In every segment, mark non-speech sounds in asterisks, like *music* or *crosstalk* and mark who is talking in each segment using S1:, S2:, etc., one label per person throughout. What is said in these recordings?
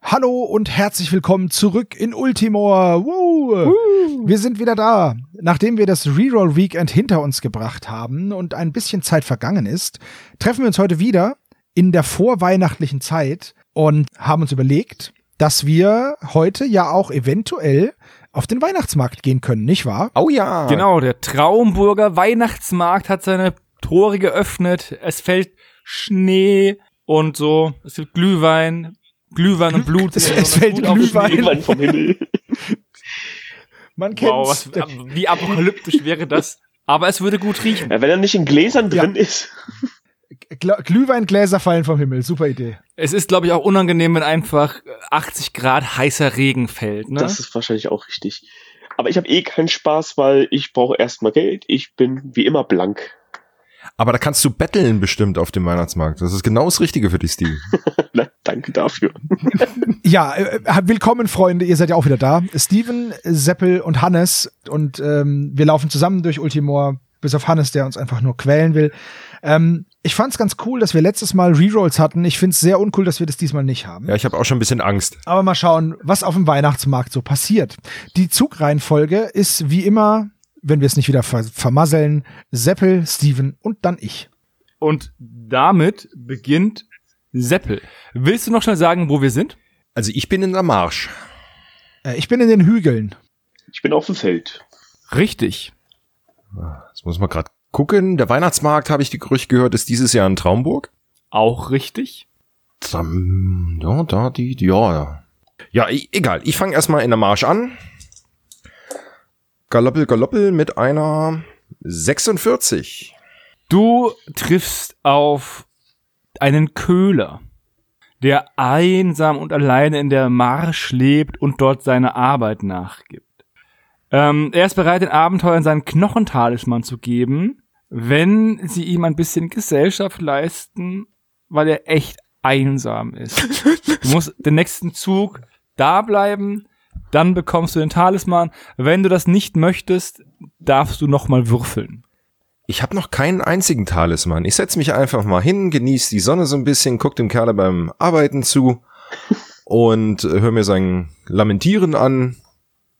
S1: Hallo und herzlich willkommen zurück in Ultimor. Woo. Wir sind wieder da. Nachdem wir das Reroll Weekend hinter uns gebracht haben und ein bisschen Zeit vergangen ist, treffen wir uns heute wieder in der vorweihnachtlichen Zeit und haben uns überlegt, dass wir heute ja auch eventuell auf den Weihnachtsmarkt gehen können, nicht wahr?
S2: Oh ja.
S1: Ah.
S3: Genau, der Traumburger Weihnachtsmarkt hat seine Tore geöffnet. Es fällt Schnee und so. Es gibt Glühwein, Glühwein und Blut.
S1: Es-
S3: Ja,
S1: es
S3: so
S1: fällt
S3: Blut auf den
S1: Glühwein.
S3: Schnee.
S4: Irgendwann
S3: *laughs*
S4: vom Himmel.
S1: Man kennt's. Äh,
S3: Wow, was, ab- wie apokalyptisch wäre das? Aber es würde gut riechen.
S4: Ja, wenn er nicht in Gläsern
S1: Ja.
S4: drin ist.
S1: Gla- Glühweingläser fallen vom Himmel. Super Idee.
S3: Es ist, glaube ich, auch unangenehm, wenn einfach 80 Grad heißer Regen fällt. Ne?
S4: Das ist wahrscheinlich auch richtig. Aber ich habe eh keinen Spaß, weil ich brauche erstmal Geld. Ich bin wie immer blank. *laughs*
S2: Aber da kannst du betteln bestimmt auf dem Weihnachtsmarkt. Das ist genau das Richtige für dich, Steve.
S4: Na, danke dafür.
S1: Ja, äh, äh, willkommen, Freunde. Ihr seid ja auch wieder da. Steven, Seppel und Hannes. Und ähm, wir laufen zusammen durch Ultimor, bis auf Hannes, der uns einfach nur quälen will. Ähm, ich fand's ganz cool, dass wir letztes Mal Rerolls hatten. Ich find's sehr uncool, dass wir das diesmal nicht haben.
S2: Ja, ich habe auch schon ein bisschen Angst.
S1: Aber mal schauen, was auf dem Weihnachtsmarkt so passiert. Die Zugreihenfolge ist wie immer, wenn wir es nicht wieder ver vermasseln, Seppel, Steven und dann ich.
S3: Und damit beginnt Seppel. Willst du noch schnell sagen, wo wir sind?
S2: Also ich bin in der Marsch.
S1: Äh, ich bin in den Hügeln.
S4: Ich bin auf dem Feld.
S3: Richtig.
S2: Jetzt muss man gerade gucken. Der Weihnachtsmarkt, habe ich die Gerücht gehört, ist dieses Jahr in Traumburg.
S3: Auch richtig.
S2: Dam- Ja, da, die, die, ja, ja. Ja, e egal. Ich fange erstmal in der Marsch an. Galoppel, galoppel mit einer 46.
S3: Du triffst auf einen Köhler, der einsam und alleine in der Marsch lebt und dort seiner Arbeit nachgibt. Ähm, er ist bereit, den Abenteuern seinen Knochentalisman zu geben, wenn sie ihm ein bisschen Gesellschaft leisten, weil er echt einsam ist. Du musst den nächsten Zug da bleiben, dann bekommst du den Talisman. Wenn du das nicht möchtest, darfst du nochmal würfeln.
S2: Ich habe noch keinen einzigen Talisman. Ich setz mich einfach mal hin, genieß die Sonne so ein bisschen, guck dem Kerl beim Arbeiten zu und äh, hör mir sein Lamentieren an.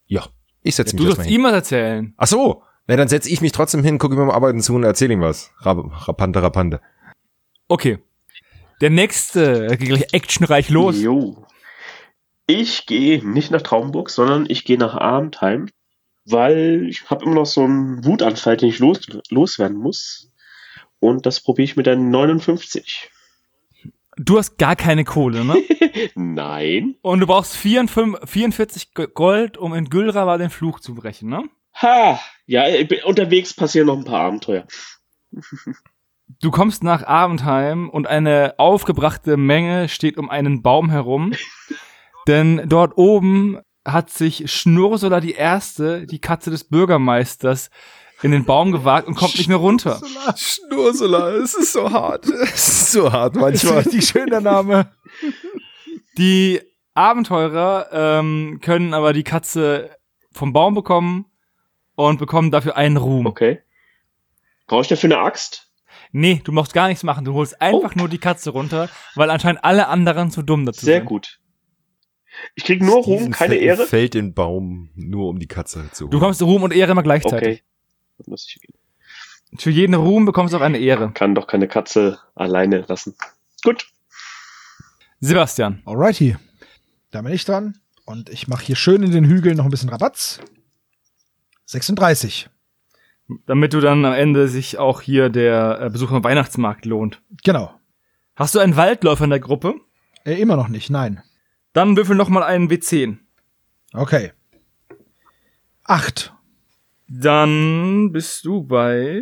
S2: Ja, ich setz mich
S3: Du
S2: erstmal
S3: sollst
S2: hin.
S3: ihm was erzählen.
S2: Ach so, na, dann setz ich mich trotzdem hin, guck ihm beim Arbeiten zu und erzähl ihm was. Rab rapante, rapante.
S3: Okay. Der nächste, äh, geht gleich actionreich los.
S4: Jo. Ich gehe nicht nach Traumburg, sondern ich gehe nach Abendheim, weil ich habe immer noch so einen Wutanfall, den ich los, loswerden muss. Und das probiere ich mit der 59.
S3: Du hast gar keine Kohle, ne?
S4: Nein.
S3: Und du brauchst 44 44 Go- Gold, um in Gülrava den Fluch zu brechen, ne?
S4: Ha! Ja, ich bin- unterwegs passieren noch ein paar Abenteuer.
S3: Du kommst nach Abendheim und eine aufgebrachte Menge steht um einen Baum herum. denn dort oben hat sich Schnursula die Erste, die Katze des Bürgermeisters, in den Baum gewagt und kommt nicht mehr runter.
S2: Schnursula, es ist so hart. *laughs* Es ist so hart
S1: Das ist richtig schön, der Name.
S3: Die Abenteurer ähm, können aber die Katze vom Baum bekommen und bekommen dafür einen Ruhm.
S4: Okay. Brauche ich dafür eine Axt?
S3: Nee, du musst gar nichts machen. Du holst einfach nur die Katze runter, weil anscheinend alle anderen zu dumm dazu
S4: Sehr
S3: sind.
S4: gut. Ich krieg nur Ruhm, keine Ehre.
S2: Fällt den Baum nur um die Katze zu.
S3: Du bekommst Ruhm und Ehre immer gleichzeitig.
S4: Okay. Das muss ich gehen.
S3: Für jeden Ruhm bekommst du auch eine Ehre.
S4: Kann doch keine Katze alleine lassen. Gut.
S3: Sebastian,
S1: Alrighty. Da bin ich dran. Und ich mache hier schön in den Hügeln noch ein bisschen Rabatz. 36.
S3: damit du dann am Ende sich auch hier der äh, Besuch am Weihnachtsmarkt lohnt.
S1: Genau.
S3: Hast du einen Waldläufer in der Gruppe?
S1: Äh, immer noch nicht, nein.
S3: Dann würfel nochmal einen W10.
S1: Okay. 8.
S3: Dann bist du bei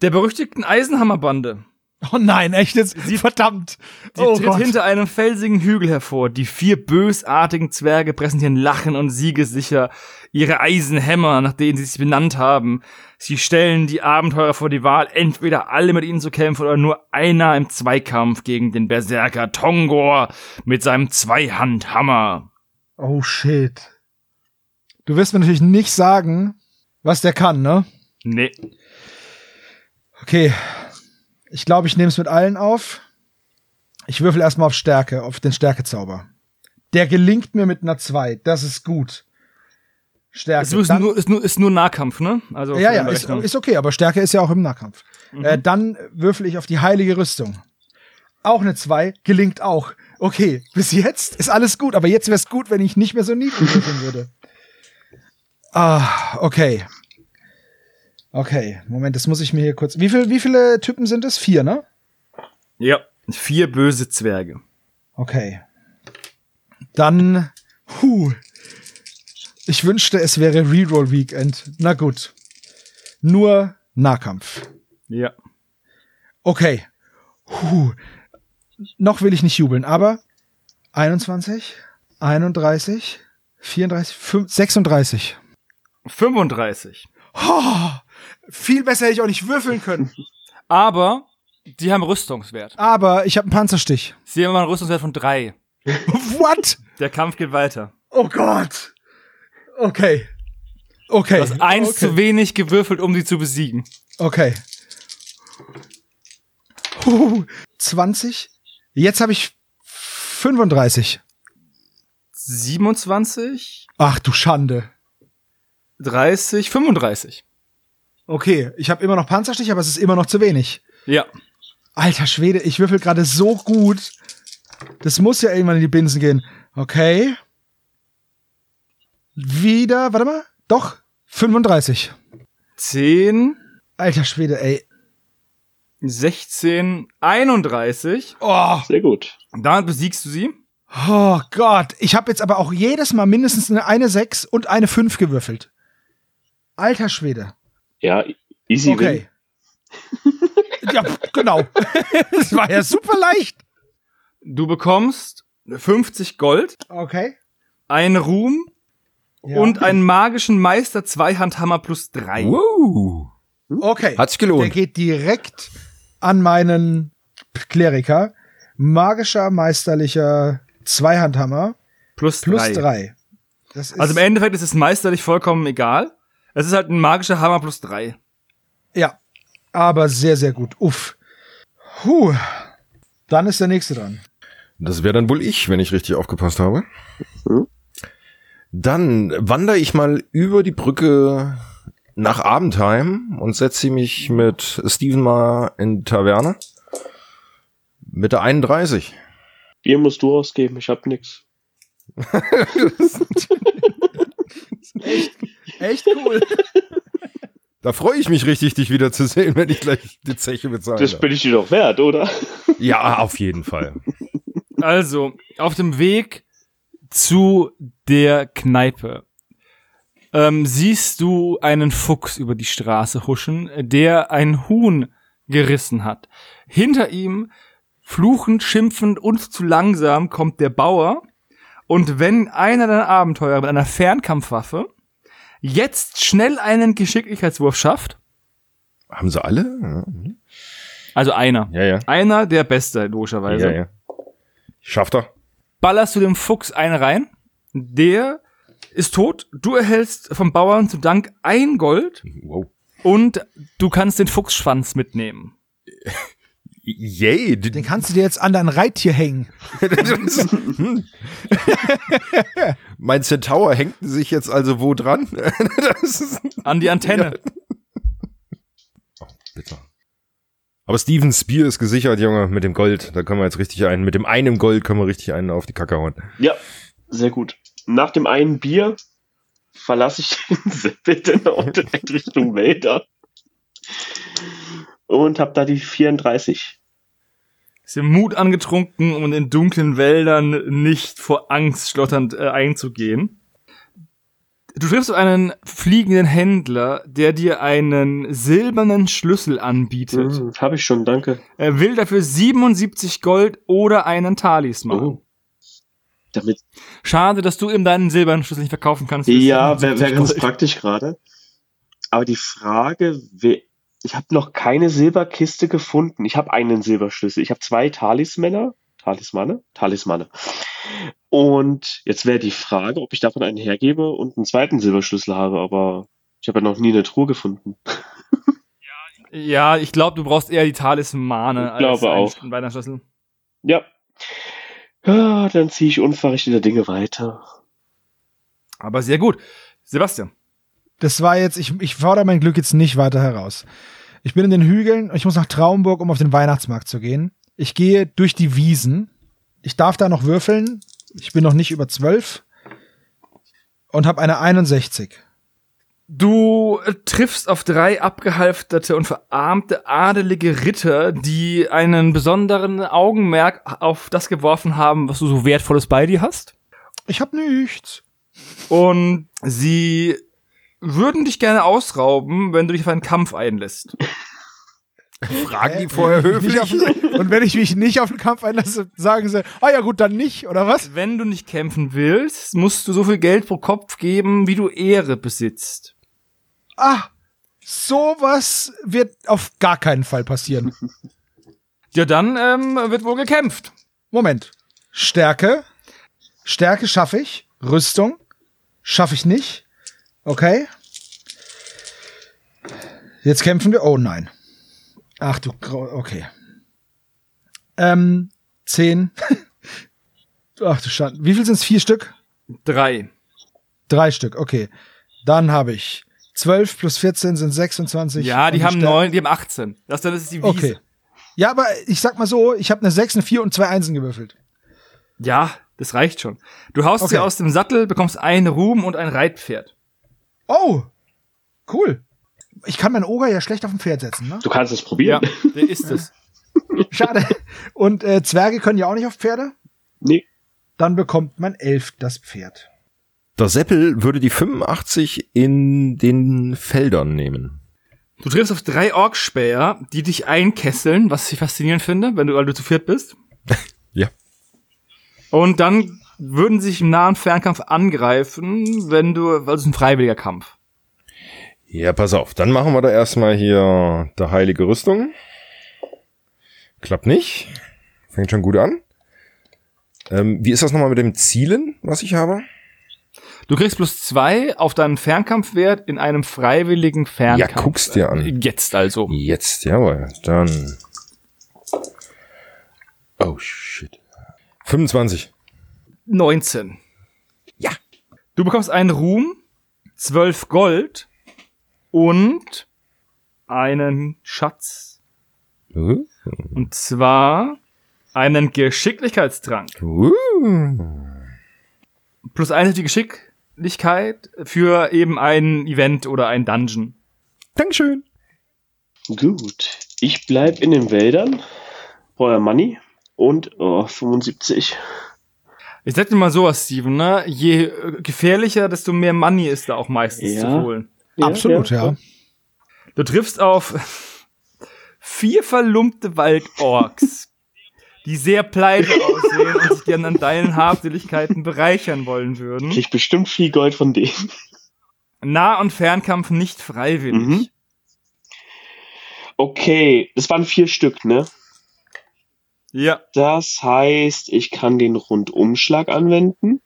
S3: der berüchtigten Eisenhammerbande.
S1: Oh nein, echt jetzt? Verdammt.
S3: Sie
S1: oh
S3: tritt
S1: Gott.
S3: hinter einem felsigen Hügel hervor. Die vier bösartigen Zwerge präsentieren lachen und siegessicher ihre Eisenhämmer, nach denen sie sich benannt haben. Sie stellen die Abenteurer vor die Wahl, entweder alle mit ihnen zu kämpfen oder nur einer im Zweikampf gegen den Berserker Tongor mit seinem Zweihandhammer.
S1: oh shit. Du wirst mir natürlich nicht sagen, was der kann, ne?
S3: Nee.
S1: Okay. Ich glaube, ich nehme es mit allen auf. Ich würfel erstmal auf Stärke, auf den Stärkezauber. Der gelingt mir mit einer 2. Das ist gut. Stärke.
S3: Es ist
S1: Dann-
S3: nur, ist, nur, ist nur Nahkampf, ne? Also
S1: ja,
S3: für
S1: ja,
S3: die
S1: ist,
S3: Berechnung.
S1: ist okay, aber Stärke ist ja auch im Nahkampf. Äh, dann würfel ich auf die heilige Rüstung. Auch eine 2, gelingt auch. Okay, bis jetzt ist alles gut, aber jetzt wäre es gut, wenn ich nicht mehr so niedrig würfeln würde. *laughs* Ah, okay. Okay, Moment, das muss ich mir hier kurz. Wie, viel, wie viele Typen sind es? Vier, ne?
S3: ja. Vier böse Zwerge.
S1: Okay. Dann, huh. Ich wünschte, es wäre Reroll Weekend. Na gut. Nur Nahkampf.
S3: Ja.
S1: Okay. Huh. Noch will ich nicht jubeln, aber 21, 31, 34, 5, 36.
S3: 35.
S1: Oh, viel besser hätte ich auch nicht würfeln können.
S3: Aber die haben Rüstungswert.
S1: Aber ich habe einen Panzerstich. *laughs*
S3: Sie haben einen Rüstungswert von drei.
S1: What?
S3: Der Kampf geht weiter.
S1: Oh Gott. Okay. Okay.
S3: Du hast eins
S1: okay.
S3: zu wenig gewürfelt, um sie zu besiegen.
S1: Okay. Huh, 20. Jetzt habe ich 35.
S3: 27,
S1: Ach du Schande.
S3: 30, 35.
S1: Okay, ich habe immer noch Panzerstich, aber es ist immer noch zu wenig.
S3: Ja.
S1: Alter Schwede, ich würfel gerade so gut. Das muss ja irgendwann in die Binsen gehen. Okay. Wieder, warte mal. Doch, 35.
S3: 10,
S1: Alter Schwede, ey.
S3: 16, 31.
S1: Oh,
S4: Sehr gut.
S3: Damit besiegst du sie.
S1: oh Gott. Ich habe jetzt aber auch jedes Mal mindestens eine, eine 6 und eine 5 gewürfelt. Alter Schwede.
S4: Ja, easy win.
S1: Okay. ja, genau. *laughs* das war ja super leicht.
S3: Du bekommst 50 Gold,
S1: Okay.
S3: einen Ruhm
S1: Ja.
S3: und einen magischen Meister Zweihandhammer plus drei.
S2: Wow.
S1: Okay.
S2: Hat sich
S1: Der
S2: gelohnt.
S1: geht direkt an meinen Kleriker. Magischer, meisterlicher Zweihandhammer
S3: Plus,
S1: plus
S3: drei.
S1: drei. Das ist,
S3: Also im Endeffekt ist es meisterlich vollkommen egal. Es ist halt ein magischer Hammer plus drei.
S1: ja, aber sehr, sehr gut. Uff. Huh. Dann ist der nächste dran.
S2: Das wäre dann wohl ich, wenn ich richtig aufgepasst habe.
S4: Mhm.
S2: Dann wandere ich mal über die Brücke nach Abendheim und setze mich mit Steven mal in die Taverne. Mit
S4: *laughs*
S2: der 31.
S4: Bier musst du ausgeben, ich hab nix.
S1: Echt cool.
S2: Da freue ich mich richtig, dich wiederzusehen, wenn ich gleich die Zeche bezahle.
S4: Das bin ich dir doch wert, oder? *laughs*
S2: Ja, auf jeden Fall.
S3: Also, auf dem Weg zu der Kneipe ähm, siehst du einen Fuchs über die Straße huschen, der ein Huhn gerissen hat. Hinter ihm, fluchend, schimpfend und zu langsam, kommt der Bauer. Und wenn einer deiner Abenteurer mit einer Fernkampfwaffe jetzt schnell einen Geschicklichkeitswurf schafft,
S2: Haben sie alle?
S3: also einer,
S2: Ja, ja.
S3: einer der Beste, logischerweise,
S4: Also.
S2: ja, ja. Schafft er.
S3: ballerst du dem Fuchs einen rein. Der ist tot. Du erhältst vom Bauern zu Dank ein Gold
S2: Wow.
S3: und du kannst den Fuchsschwanz mitnehmen.
S2: Yay.
S1: Den kannst du dir jetzt an dein Reittier hängen.
S2: Hm. mein Centaur hängt sich jetzt also wo dran? *laughs* das ist
S3: An die Antenne.
S2: bitter. Aber Steven Spear ist gesichert, Junge, mit dem Gold. Da können wir jetzt richtig einen, mit dem einen Gold können wir richtig einen auf die Kacke hauen.
S4: Ja, sehr gut. Nach dem einen Bier verlasse ich den *laughs* Seppel dann auch direkt Richtung Wälder. Und hab da die 34.
S3: Ist dem Mut angetrunken, um in dunklen Wäldern nicht vor Angst schlotternd äh, einzugehen. Du triffst auf einen fliegenden Händler, der dir einen silbernen Schlüssel anbietet.
S4: Hm, hab ich schon, danke.
S3: Er will dafür 77 Gold oder einen Talisman.
S4: Oh. Damit.
S3: Schade, dass du ihm deinen silbernen Schlüssel nicht verkaufen kannst. für
S4: Ja,
S3: 77
S4: wäre wär ganz
S3: Gold.
S4: praktisch gerade. Aber die Frage, we- ich habe noch keine Silberkiste gefunden. Ich habe einen Silberschlüssel. Ich habe zwei Talismänner. Talismane? Talismane. Und jetzt wäre die Frage, ob ich davon einen hergebe und einen zweiten Silberschlüssel habe, aber ich habe ja noch nie eine Truhe gefunden.
S3: Ja, ich glaube, du brauchst eher die Talismane
S4: Ich glaube
S3: als
S4: auch.
S3: einen Weihnachtsschlüssel.
S4: Ja. Ja, dann ziehe ich unverrichteter Dinge weiter.
S3: Aber sehr gut. Sebastian.
S1: Das war jetzt, ich, ich fordere mein Glück jetzt nicht weiter heraus. Ich bin in den Hügeln und ich muss nach Traumburg, um auf den Weihnachtsmarkt zu gehen. Ich gehe durch die Wiesen. Ich darf da noch würfeln. Ich bin noch nicht über zwölf. Und habe eine 61.
S3: Du äh, triffst auf drei abgehalfterte und verarmte adelige Ritter, die einen besonderen Augenmerk auf das geworfen haben, was du so wertvolles bei dir hast.
S1: Ich habe nichts.
S3: Und sie würden dich gerne ausrauben, wenn du dich auf einen Kampf einlässt.
S2: Fragen die vorher höflich.
S1: Nicht auf, und wenn ich mich nicht auf den Kampf einlasse, sagen sie, ah ja gut, dann nicht, oder was?
S3: Wenn du nicht kämpfen willst, musst du so viel Geld pro Kopf geben, wie du Ehre besitzt.
S1: Ah, sowas wird auf gar keinen Fall passieren.
S3: Ja, dann ähm, wird wohl gekämpft.
S1: Moment. Stärke. Stärke schaffe ich. Rüstung schaffe ich nicht. Okay. Jetzt kämpfen wir. Oh nein. Ach du, Grau- okay. Ähm, zehn. *laughs* Ach du Schande. Wie viel sind es? Vier Stück?
S3: Drei.
S1: Drei Stück, okay. Dann habe ich 12 plus 14 sind 26.
S3: ja, die
S1: Und
S3: haben
S1: Stär-
S3: neun, die haben 18. Das dann ist es die Wiese.
S1: Okay. Ja, aber ich sag mal so, ich habe eine 6, eine 4 und zwei Einsen gewürfelt.
S3: Ja, das reicht schon. Du haust
S1: Okay.
S3: sie aus dem Sattel, bekommst einen Ruhm und ein Reitpferd.
S1: Oh, cool. Ich kann meinen Oger ja schlecht auf dem Pferd setzen,
S4: *laughs*
S1: ne?
S4: Du kannst
S1: *laughs*
S4: es probieren.
S3: der ist es.
S1: Schade. Und äh, Zwerge können ja auch nicht auf Pferde.
S4: Nee.
S1: Dann bekommt man elf das Pferd.
S2: Der Seppel würde die 85 in den Feldern nehmen.
S3: Du triffst auf drei Orkspäher, die dich einkesseln, was ich faszinierend finde, wenn du, weil du zu
S1: *laughs*
S3: viert bist.
S2: Ja.
S3: Und dann würden sie dich im nahen Fernkampf angreifen, wenn du, weil es ist ein freiwilliger Kampf.
S2: Ja, pass auf. Dann machen wir da erstmal hier der heilige Rüstung. Klappt nicht. Fängt schon gut an. Ähm, wie ist das nochmal mit dem Zielen, was ich habe?
S3: Du kriegst plus zwei auf deinen Fernkampfwert in einem freiwilligen
S2: ja,
S3: Fernkampf.
S2: guckst dir an.
S3: Jetzt also.
S2: Jetzt, jawohl. Dann. Oh, shit. 25.
S3: 19.
S2: Ja.
S3: Du bekommst einen Ruhm, 12 Gold und einen Schatz.
S2: Uh,
S3: Und zwar einen Geschicklichkeitstrank.
S2: uh.
S3: Plus eins auf die Geschicklichkeit für eben ein Event oder ein Dungeon.
S2: Dankeschön.
S4: Gut. Ich bleib in den Wäldern. Euer Money. Und oh, 75.
S3: Ich sag dir mal sowas, Steven, ne? Je äh, gefährlicher, desto mehr Money ist da auch meistens
S4: Ja.
S3: zu holen.
S4: Ja,
S1: Absolut, ja.
S3: Du triffst auf vier verlumpte Waldorks, die sehr pleite aussehen und sich gerne an deinen Habseligkeiten bereichern wollen würden.
S4: Krieg bestimmt viel Gold von denen. *laughs*
S3: Nah- und Fernkampf nicht freiwillig.
S4: Mhm. Okay, das waren vier Stück, ne?
S3: Ja.
S4: Das heißt, ich kann den Rundumschlag anwenden.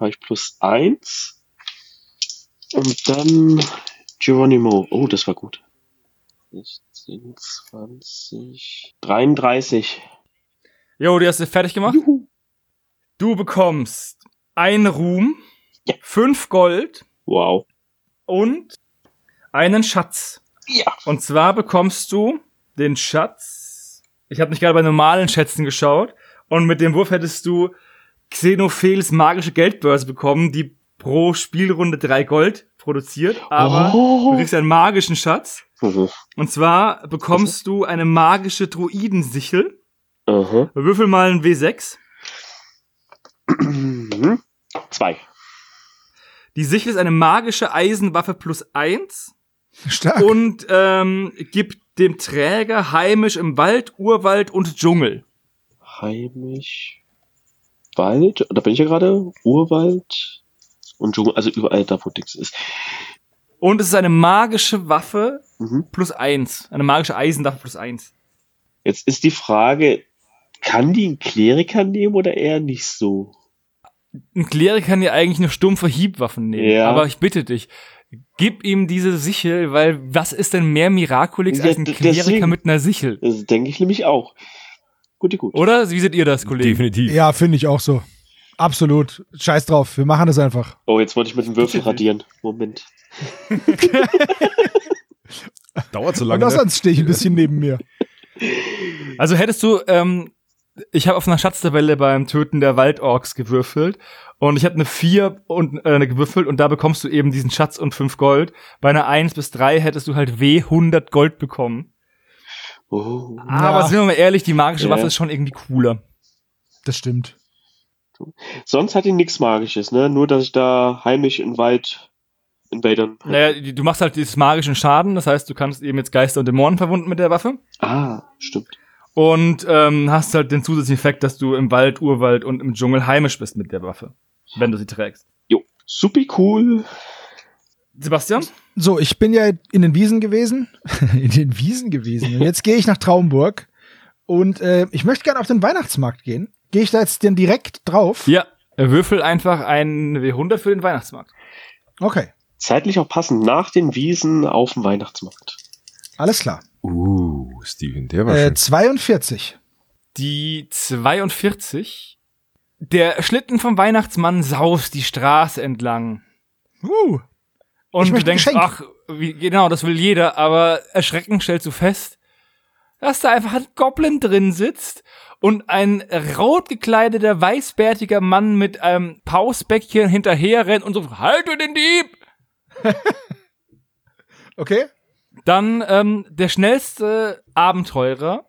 S4: Habe ich plus eins. Und dann Geronimo. Oh, das war gut. 16, 20, 33.
S3: Jo, die hast du fertig gemacht. Du bekommst einen Ruhm,
S4: Ja.
S3: fünf Gold
S4: Wow.
S3: und einen Schatz.
S4: Ja.
S3: Und zwar bekommst du den Schatz. Ich habe nicht gerade bei normalen Schätzen geschaut. Und mit dem Wurf hättest du Xenophels magische Geldbörse bekommen, die pro Spielrunde drei Gold produziert. Aber du
S4: oh.
S3: kriegst einen magischen Schatz. Und zwar bekommst du eine magische Druidensichel.
S4: Aha.
S3: Würfel mal ein W6.
S4: *clears throat* Mhm. Zwei.
S3: Die Sichel ist eine magische Eisenwaffe plus eins.
S1: Stark.
S3: und ähm, gibt dem Träger heimisch im Wald, Urwald und Dschungel.
S4: Heimisch. Wald. Da bin ich ja gerade. Urwald. Und Dschungel. Also überall da, wo Dings ist.
S3: Und es ist eine magische Waffe
S4: Mhm.
S3: plus eins. Eine magische Eisenwaffe plus eins.
S4: Jetzt ist die Frage, kann die einen Kleriker nehmen oder eher nicht so?
S3: Ein Kleriker kann ja eigentlich nur stumpfe Hiebwaffen nehmen.
S4: Ja.
S3: Aber ich bitte dich, gib ihm diese Sichel, weil was ist denn mehr Miraculix
S4: Ja,
S3: als ein
S4: d-
S3: Kleriker
S4: deswegen.
S3: mit einer Sichel?
S4: Das denke ich nämlich auch. Guti, gut.
S3: Oder? Wie seht ihr das, Kollege?
S2: Definitiv.
S1: Ja, finde ich auch so. Absolut. Scheiß drauf. Wir machen das einfach.
S4: Oh, jetzt wollte ich mit dem Würfel radieren. Moment.
S2: Dauert so
S1: Und
S2: lange.
S1: auch
S2: Ne?
S1: sonst stehe ich ein bisschen neben mir.
S3: Also hättest du, ähm, ich habe auf einer Schatztabelle beim Töten der Waldorks gewürfelt und ich habe eine 4 und, äh, gewürfelt und da bekommst du eben diesen Schatz und 5 Gold. Bei einer 1 bis 3 hättest du halt W 100 Gold bekommen.
S4: Oh.
S3: Aber sind wir mal ehrlich, die magische
S4: Ja.
S3: Waffe ist schon irgendwie cooler.
S1: Das stimmt.
S4: Sonst hat die nichts Magisches, ne? Nur, dass ich da heimisch in Wald invadern.
S3: Naja, die- du machst halt dieses magischen Schaden, das heißt, du kannst eben jetzt Geister und Dämonen verwunden mit der Waffe.
S4: Ah, stimmt.
S3: Und ähm, hast halt den zusätzlichen Effekt, dass du im Wald, Urwald und im Dschungel heimisch bist mit der Waffe, wenn du sie trägst.
S4: Jo. Super cool.
S3: Sebastian?
S1: So, ich bin ja in den Wiesen gewesen. *laughs* in den Wiesen gewesen. Und jetzt gehe ich nach Traumburg. Und äh, ich möchte gerne auf den Weihnachtsmarkt gehen. Gehe ich da jetzt denn direkt drauf?
S3: Ja. Würfel einfach einen W100 für den Weihnachtsmarkt.
S1: Okay,
S4: Zeitlich auch passend nach den Wiesen auf dem Weihnachtsmarkt.
S1: alles klar.
S2: Uh, Steven, der war
S1: Äh,
S2: schön.
S1: 42.
S3: Die 42. Der Schlitten vom Weihnachtsmann saust die Straße entlang.
S1: Uh,
S3: Und
S1: Ich
S3: du
S1: möchte
S3: denkst,
S1: Geschenk.
S3: ach, wie, genau, das will jeder, aber erschreckend stellst du fest, dass da einfach ein Goblin drin sitzt und ein rot gekleideter, weißbärtiger Mann mit einem Pausbäckchen hinterher rennt und so, halte den Dieb!
S1: okay.
S3: Dann ähm, der schnellste Abenteurer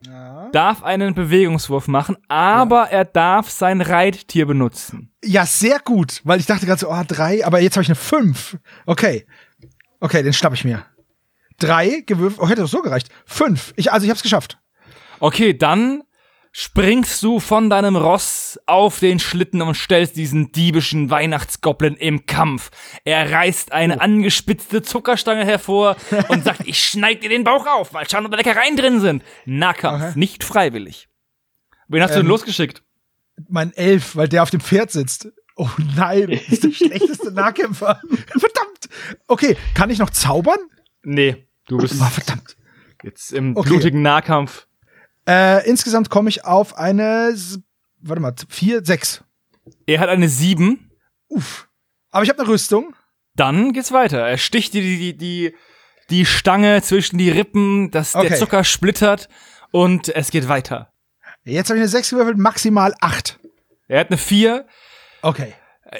S3: darf einen Bewegungswurf machen, aber er darf sein Reittier benutzen.
S1: Ja, sehr gut, weil ich dachte gerade so, oh, drei, aber jetzt habe ich eine fünf. Okay. Okay, den schnapp ich mir. Drei gewürfelt, oh, hätte das so gereicht. Fünf. Ich, also ich hab's geschafft.
S3: Okay, dann springst du von deinem Ross auf den Schlitten und stellst diesen diebischen Weihnachtsgoblin im Kampf. Er reißt
S1: Oh.
S3: eine angespitzte Zuckerstange hervor
S1: *laughs*
S3: und sagt, ich schneid dir den Bauch auf, mal schauen, ob da Leckereien drin sind. Nahkampf,
S1: Aha.
S3: nicht freiwillig. Wen hast du denn
S1: Ähm,
S3: losgeschickt?
S1: Mein Elf, weil der auf dem Pferd sitzt. Oh nein, das ist der schlechteste Nahkämpfer. Verdammt. Okay, kann ich noch zaubern?
S3: Nee, du bist
S1: Oh, verdammt.
S3: jetzt im
S1: Okay.
S3: blutigen Nahkampf.
S1: Äh, insgesamt komme ich auf eine, s- warte mal, vier, sechs.
S3: Er hat eine 7.
S1: Uff. Aber ich habe eine Rüstung.
S3: Dann geht's weiter. Er sticht dir die, die, die, die Stange zwischen die Rippen, dass der
S1: Okay.
S3: Zucker splittert und es geht weiter.
S1: Jetzt habe ich eine sechs gewürfelt, maximal acht.
S3: Er hat eine 4.
S1: Okay.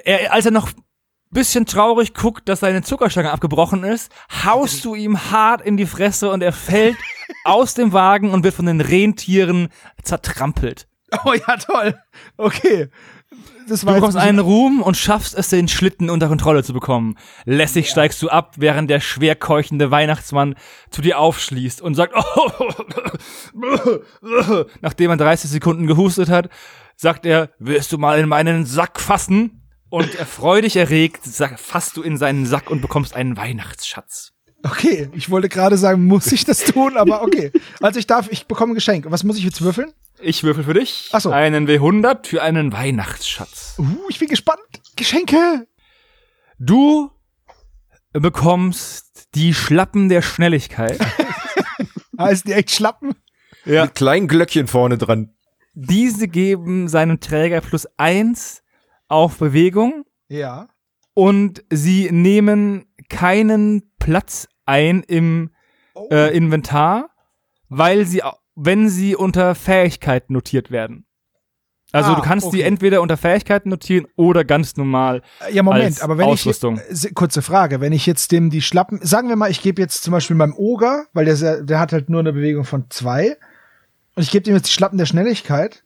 S3: Er, als er noch ein bisschen traurig guckt, dass seine Zuckerstange abgebrochen ist, haust du ihm hart in die Fresse und er fällt aus dem Wagen und wird von den Rentieren zertrampelt.
S1: Oh ja, toll. Okay. Das
S3: Du
S1: war jetzt
S3: bekommst
S1: ein
S3: einen Ruhm und schaffst es, den Schlitten unter Kontrolle zu bekommen. Lässig steigst du ab, während der schwer keuchende Weihnachtsmann zu dir aufschließt und sagt, oh, *laughs* nachdem er 30 Sekunden gehustet hat, sagt er, willst du mal in meinen Sack fassen? Und er freudig erregt, sa- fasst du in seinen Sack und bekommst einen Weihnachtsschatz.
S1: Okay, ich wollte gerade sagen, muss ich das tun, aber
S3: *laughs*
S1: okay. Also ich darf, ich bekomme ein Geschenk. Was muss ich jetzt würfeln?
S3: Ich würfel für dich
S1: Ach so.
S3: einen W100 für einen Weihnachtsschatz.
S1: Uh, ich bin gespannt. Geschenke.
S3: Du bekommst die Schlappen der Schnelligkeit.
S1: Heißen Ah, die echt Schlappen?
S3: Ja.
S2: Mit kleinen Glöckchen vorne dran.
S3: Diese geben seinem Träger plus eins auf Bewegung
S1: Ja.
S3: und sie nehmen keinen Platz ein im
S1: Oh.
S3: äh, Inventar, weil sie, au- wenn sie unter Fähigkeiten notiert werden. Also
S1: Ah,
S3: du kannst die
S1: okay.
S3: entweder unter Fähigkeiten notieren oder ganz normal.
S1: ja,
S3: als
S1: Moment, aber wenn
S3: Ausrüstung.
S1: ich. se- Kurze Frage, wenn ich jetzt dem die Schlappen. Sagen wir mal, ich gebe jetzt zum Beispiel meinem Oger, weil der, sehr- der hat halt nur eine Bewegung von zwei. Und ich gebe ihm jetzt die Schlappen der Schnelligkeit.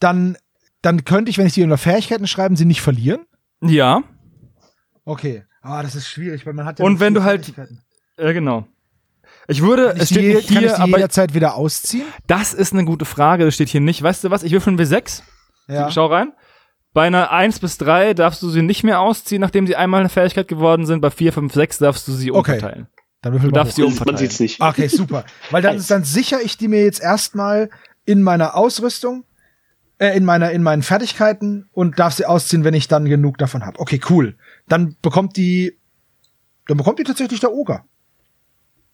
S1: Dann, dann könnte ich, wenn ich die unter Fähigkeiten schreiben, sie nicht verlieren.
S3: Ja,
S1: Okay. Ah, das ist schwierig, weil man hat ja.
S3: Und
S1: nur
S3: wenn
S1: vier
S3: du halt-
S1: Fähigkeiten.
S3: äh, genau. Ich würde,
S1: Kann ich,
S3: es
S1: die,
S3: steht
S1: je-
S3: nicht
S1: kann ich
S3: hier,
S1: die
S3: aber
S1: jederzeit wieder ausziehen?
S3: das ist eine gute Frage, das steht hier nicht. Weißt du was, ich würfel ein W6.
S1: Ja.
S3: Schau rein. Bei einer 1 bis 3 darfst du sie nicht mehr ausziehen, nachdem sie einmal eine Fähigkeit geworden sind. Bei 4, 5, 6 darfst du sie
S1: Okay.
S3: umverteilen.
S1: Dann würfel
S3: Du
S1: mal
S3: darfst
S1: hoch.
S3: Die
S4: Man
S3: umverteilen.
S4: sieht's nicht.
S1: Ah, Okay, super. Weil dann, dann sichere ich die mir jetzt erstmal in meiner Ausrüstung, äh, in meiner, in meinen Fertigkeiten und darf sie ausziehen, wenn ich dann genug davon habe. Okay, cool. Dann bekommt die, dann bekommt die tatsächlich der Oger.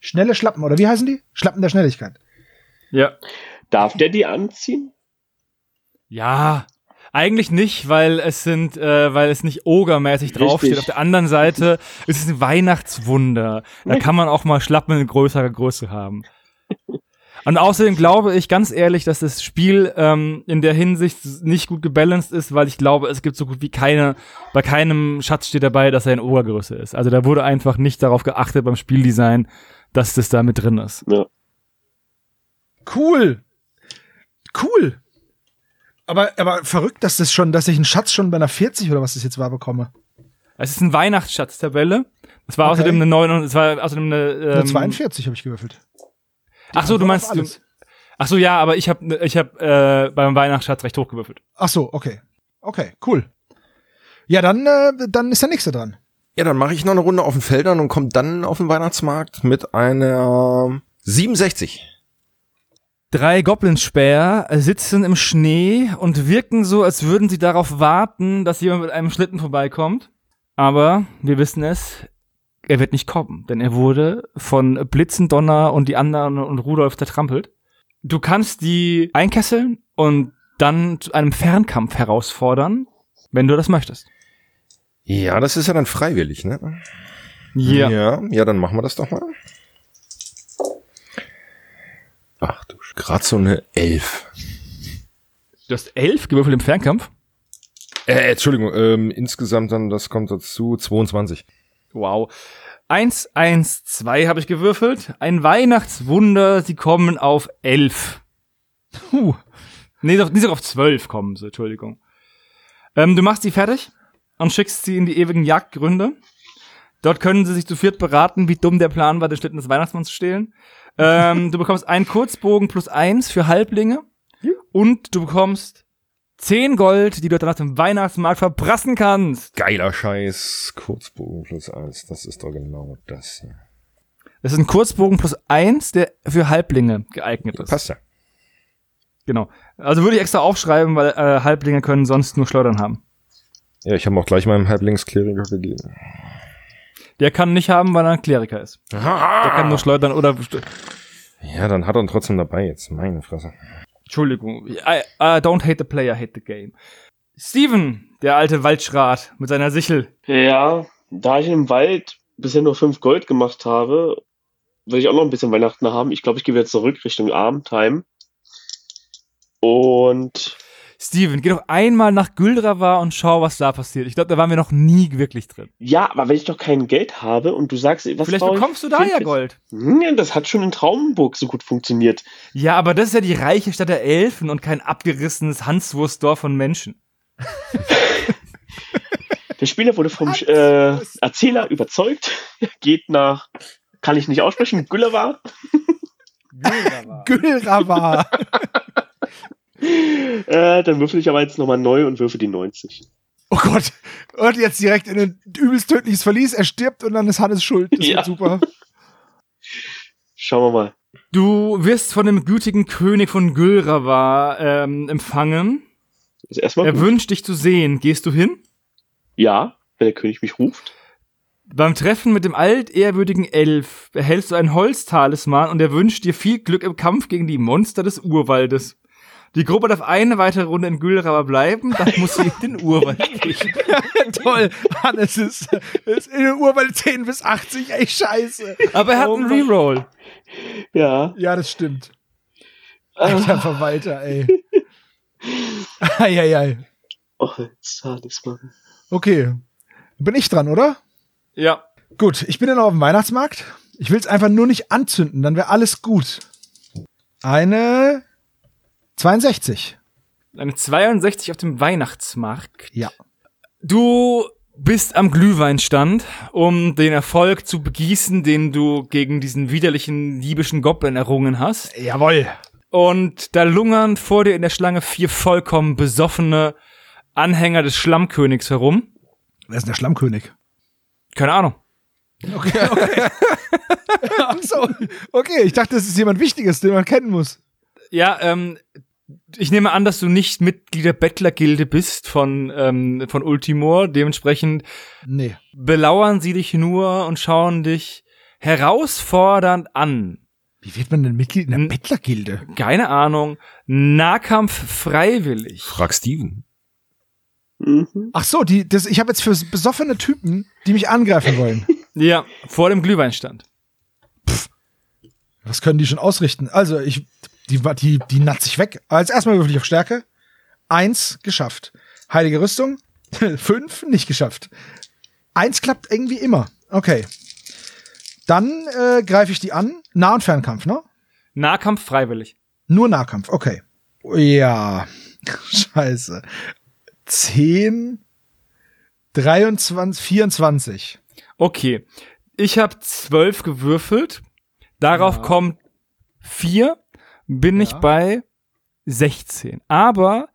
S1: Schnelle Schlappen, oder wie heißen die? Schlappen der Schnelligkeit.
S3: Ja.
S4: Darf der die anziehen?
S3: Ja, eigentlich nicht, weil es sind, äh, weil es nicht ogermäßig
S4: Richtig.
S3: draufsteht. Auf der anderen
S1: *laughs*
S3: Seite ist es ein Weihnachtswunder. Da kann man auch mal Schlappen in größerer Größe haben. Und außerdem glaube ich ganz ehrlich, dass das Spiel ähm, in der Hinsicht nicht gut gebalanced ist, weil ich glaube, es gibt so gut wie keine, bei keinem Schatz steht dabei, dass er in Obergröße ist. Also da wurde einfach nicht darauf geachtet beim Spieldesign, dass das da mit drin ist.
S4: Ja.
S1: Cool. Cool. Aber, aber verrückt, dass das schon, dass ich einen Schatz schon bei einer 40 oder was das jetzt war bekomme.
S3: Es ist eine Weihnachtsschatz-Tabelle. Es war
S1: Okay.
S3: außerdem eine 9, es war außerdem eine, ähm,
S1: Eine 42 habe ich gewürfelt.
S3: Ach so, du
S1: Auf
S3: meinst du,
S1: alles.
S3: Ach so, ja, aber ich habe ich hab, äh, beim Weihnachtsschatz recht hochgewürfelt.
S1: Ach so, okay. Okay, cool. Ja, dann, äh, dann ist der nächste
S3: *laughs*
S1: dran.
S2: Ja, dann mache ich noch eine Runde auf den Feldern und komme dann auf den Weihnachtsmarkt mit einer 67.
S3: Drei Goblinspäher äh, sitzen im Schnee und wirken so, als würden sie darauf warten, dass jemand mit einem Schlitten vorbeikommt. Aber wir wissen es, er wird nicht kommen, denn er wurde von Blitzendonner und die anderen und Rudolf zertrampelt. Du kannst die einkesseln und dann zu einem Fernkampf herausfordern, wenn du das möchtest.
S2: Ja, das ist ja dann freiwillig, ne? Ja, ja, dann machen wir das doch mal. Ach du, Sch- grad so eine Elf.
S3: Du hast elf gewürfelt im Fernkampf.
S2: Äh, Entschuldigung, ähm, insgesamt dann, das kommt dazu, 22.
S3: Wow. 1, 1, 2 habe ich gewürfelt. Ein Weihnachtswunder, sie kommen auf 11.
S1: Huh.
S3: Nee, doch, nee, sogar auf 12 kommen sie, Entschuldigung. Ähm, du machst sie fertig und schickst sie in die ewigen Jagdgründe. Dort können sie sich zu viert beraten, wie dumm der Plan war, den Schlitten des Weihnachtsmanns zu stehlen. Ähm, du bekommst einen Kurzbogen plus 1 für Halblinge. Und du bekommst 10 Gold, die du danach im Weihnachtsmarkt verprassen kannst.
S2: Geiler Scheiß, Kurzbogen plus eins, das ist doch genau das hier.
S3: Das ist ein Kurzbogen plus eins, der für Halblinge geeignet ist.
S2: Passt ja.
S3: Genau. Also würde ich extra aufschreiben, weil äh, Halblinge können sonst nur Schleudern haben.
S2: Ja, ich habe auch gleich meinem Halblingskleriker gegeben.
S3: Der kann nicht haben, weil er ein Kleriker ist. Der
S2: Ah.
S3: kann nur Schleudern oder.
S2: Ja, dann hat er ihn trotzdem dabei jetzt, meine Fresse.
S3: Entschuldigung. I, I don't hate the player, hate the game. Steven, der alte Waldschrat mit seiner Sichel.
S4: ja, da ich im Wald bisher nur 5 Gold gemacht habe, will ich auch noch ein bisschen Weihnachten haben. Ich glaube, ich gehe wieder zurück Richtung Abendheim. Und
S3: Steven, geh doch einmal nach Güldravar und schau, was da passiert. Ich glaube, da waren wir noch nie wirklich drin.
S4: ja, aber wenn ich doch kein Geld habe und du sagst, was
S3: Vielleicht
S4: brauche ich?
S3: bekommst du da ja
S4: Vielleicht-
S3: Gold.
S4: Hm, das hat schon in Traumburg so gut funktioniert.
S3: Ja, aber das ist ja die reiche Stadt der Elfen und kein abgerissenes Hanswurstdorf von Menschen.
S4: Der Spieler wurde vom äh, Erzähler überzeugt, *laughs* geht nach, kann ich nicht aussprechen, *laughs* Güllewa
S3: Güldravar.
S1: Gülrawa.
S4: Äh, dann würfel ich aber jetzt nochmal neu und würfel die 90.
S1: oh Gott. Und jetzt direkt in ein übelst tödliches Verlies. Er stirbt und dann ist Hannes schuld. Das
S4: Ja.
S1: wird
S3: *laughs*
S1: super.
S4: Schauen wir mal.
S3: Du wirst von dem gütigen König von Gülrawa ähm, empfangen.
S4: Also erstmal.
S3: Er wünscht dich zu sehen. Gehst du hin?
S4: ja, wenn der König mich ruft.
S3: Beim Treffen mit dem altehrwürdigen Elf erhältst du ein Holztalisman und er wünscht dir viel Glück im Kampf gegen die Monster des Urwaldes. Die Gruppe darf eine weitere Runde in Gülrawa bleiben, dann
S1: *laughs*
S3: muss sie in den Urwald gehen.
S1: Toll. Hannes ist, ist in der Uhr bei 10 bis 80. Ey, scheiße.
S3: Aber er hat
S1: Oh
S3: einen
S1: Mann.
S3: Reroll.
S4: Ja.
S1: Ja, das stimmt. Alter Verwalter, ey. Eieiei.
S4: Oh, Talisman.
S1: Okay. Bin ich dran, oder?
S3: Ja.
S1: Gut, ich bin dann auf dem Weihnachtsmarkt. Ich will es einfach nur nicht anzünden, dann wäre alles gut. Eine 62.
S3: Eine 62 auf dem Weihnachtsmarkt.
S1: Ja.
S3: Du bist am Glühweinstand, um den Erfolg zu begießen, den du gegen diesen widerlichen liebischen Goblin errungen hast.
S1: Jawoll.
S3: Und da lungern vor dir in der Schlange vier vollkommen besoffene Anhänger des Schlammkönigs herum.
S1: Wer ist denn der Schlammkönig? *laughs*
S3: Keine Ahnung.
S1: Okay, okay. Ach so. Okay, ich dachte, das ist jemand Wichtiges, den man kennen muss.
S3: Ja, ähm, ich nehme an, dass du nicht Mitglied der Bettlergilde bist von, ähm, von Ultimor. Dementsprechend
S1: Nee.
S3: belauern sie dich nur und schauen dich herausfordernd an.
S1: Wie wird man denn Mitglied in einer
S3: Hm.
S1: Bettlergilde?
S3: Keine Ahnung. Nahkampf freiwillig.
S2: Frag Steven.
S4: Mhm.
S1: Ach so, die, das, ich habe jetzt für besoffene Typen, die mich angreifen *laughs* wollen.
S3: Ja, vor dem Glühweinstand.
S1: Was können die schon ausrichten? Also, ich, die, die, die natz ich weg. Als erstmal würfel ich auf Stärke. Eins geschafft. Heilige Rüstung. *laughs* Fünf nicht geschafft. Eins klappt irgendwie immer. Okay. Dann äh, greife ich die an. Nah- und Fernkampf, ne?
S3: Nahkampf freiwillig.
S1: Nur Nahkampf, okay. Ja. *laughs* Scheiße. Zehn, 23, 24.
S3: Okay. Ich habe zwölf gewürfelt. Darauf
S1: Ja.
S3: kommt vier. Bin ich
S1: Ja.
S3: bei 16. Aber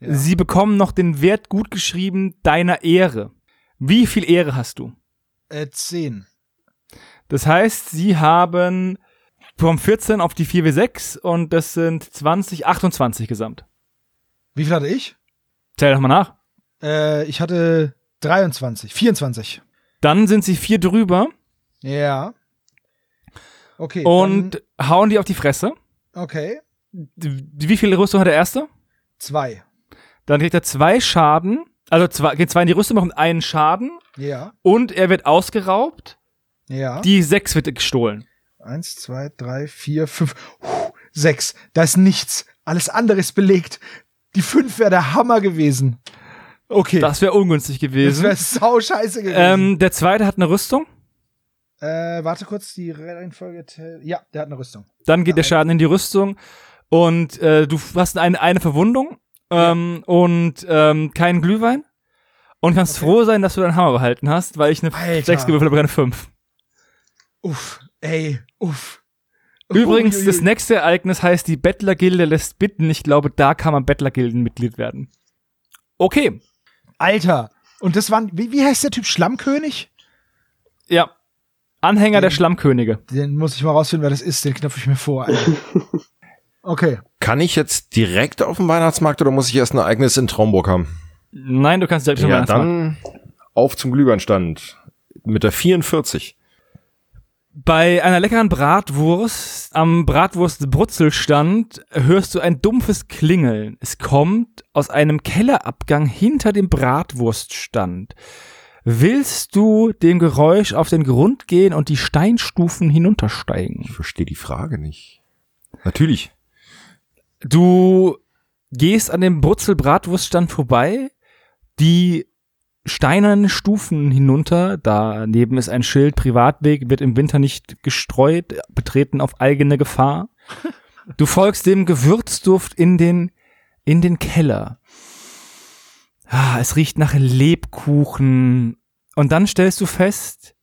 S1: Ja.
S3: sie bekommen noch den Wert gut geschrieben deiner Ehre. Wie viel Ehre hast du?
S1: Äh, zehn.
S3: Das heißt, sie haben vom 14 auf die 4W6 und das sind 20, 28 gesamt.
S1: Wie viel hatte ich?
S3: Zähl doch mal nach.
S1: Äh, ich hatte 23, 24.
S3: Dann sind sie vier drüber
S1: Ja. Okay.
S3: und hauen die auf die Fresse.
S1: Dann, okay.
S3: Wie viel Rüstung hat der erste?
S1: Zwei.
S3: Dann kriegt er zwei Schaden. Also zwei, geht zwei in die Rüstung, bekommt einen Schaden
S1: Ja.
S3: und er wird ausgeraubt.
S1: Ja.
S3: Die sechs wird gestohlen.
S1: Eins, zwei, drei, vier, fünf, huh, sechs. Da ist nichts. Alles andere ist belegt. Die fünf wäre der Hammer gewesen. Okay.
S3: Das wäre ungünstig
S1: das
S3: gewesen.
S1: wäre sau scheiße gewesen.
S3: ähm, der zweite hat eine Rüstung.
S1: Äh, warte kurz, die Reihenfolge. te- Ja, der hat eine Rüstung.
S3: Dann geht der
S1: Nein.
S3: Schaden in die Rüstung und äh, du f- hast eine, eine Verwundung ähm, und ähm, keinen Glühwein. Und kannst
S1: Okay.
S3: froh sein, dass du deinen Hammer behalten hast, weil ich eine
S1: Alter.
S3: 6 gewürfelt habe, keine 5.
S1: Uff, ey, uff.
S3: Übrigens,
S1: Uiuiui.
S3: das ne- nächste Ereignis heißt, die Bettlergilde lässt bitten. Ich glaube, da kann man Bettlergildenmitglied werden. Okay,
S1: Alter. Und das waren, wie, wie heißt der Typ? Schlammkönig?
S3: ja. Anhänger
S2: Mhm.
S3: der
S1: Ähm.
S3: Schlammkönige.
S1: Den muss ich mal rausfinden, wer das ist. Den knöpfe ich mir vor. Alter. Okay. *laughs*
S2: Kann ich jetzt direkt auf den Weihnachtsmarkt oder muss ich erst ein eigenes in Traumburg haben?
S3: Nein, du kannst direkt schon
S2: Ja,
S3: Weihnachtsmarkt.
S2: dann auf zum Glühweinstand mit der 44.
S3: Bei einer leckeren Bratwurst am Bratwurstbrutzelstand äh, hörst du ein dumpfes Klingeln. Es kommt aus einem Kellerabgang hinter dem Bratwurststand. Willst du dem Geräusch auf den Grund gehen und die Steinstufen hinuntersteigen?
S2: Ich verstehe die Frage nicht. Natürlich.
S3: Du gehst an dem Brutzelbratwurststand vorbei, die steinernen Stufen hinunter, daneben ist ein Schild, Privatweg wird im Winter nicht gestreut, betreten auf eigene Gefahr. Du folgst dem Gewürzduft in den, in den Keller. Ah, es riecht nach Lebkuchen. Und dann stellst du fest,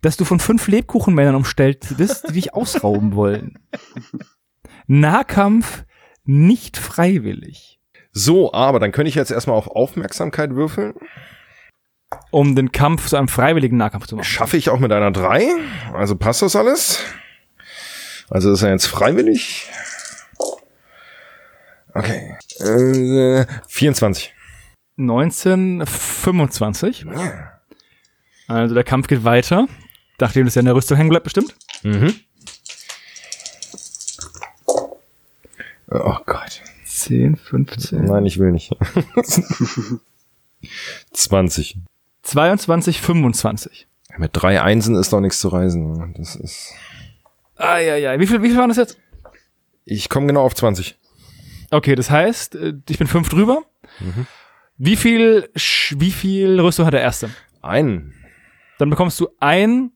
S3: dass du von fünf Lebkuchenmännern umstellt bist, die dich ausrauben wollen. Nahkampf nicht freiwillig,
S2: So, aber dann könnte ich jetzt erstmal auf Aufmerksamkeit würfeln.
S3: um den Kampf zu einem freiwilligen Nahkampf zu machen.
S2: Schaffe ich auch mit einer 3. Also passt das alles. Also ist er jetzt freiwillig. Okay. Äh, 24.
S3: 1925. Also der Kampf geht weiter. Nachdem das ja in der Rüstung hängen bleibt, bestimmt.
S2: Mhm. Oh Gott.
S3: 10, 15.
S2: Nein, ich will nicht. *laughs* 20.
S3: 22, 25.
S2: Mit drei Einsen ist doch nichts zu reisen. Das ist.
S3: Eieiei. Wie viel, wie viel waren das jetzt?
S2: Ich komme genau auf 20.
S3: Okay, das heißt, äh, ich bin fünf drüber. Wie viel, Sch- wie viel Rüstung hat der erste?
S2: Einen.
S3: Dann bekommst du ein,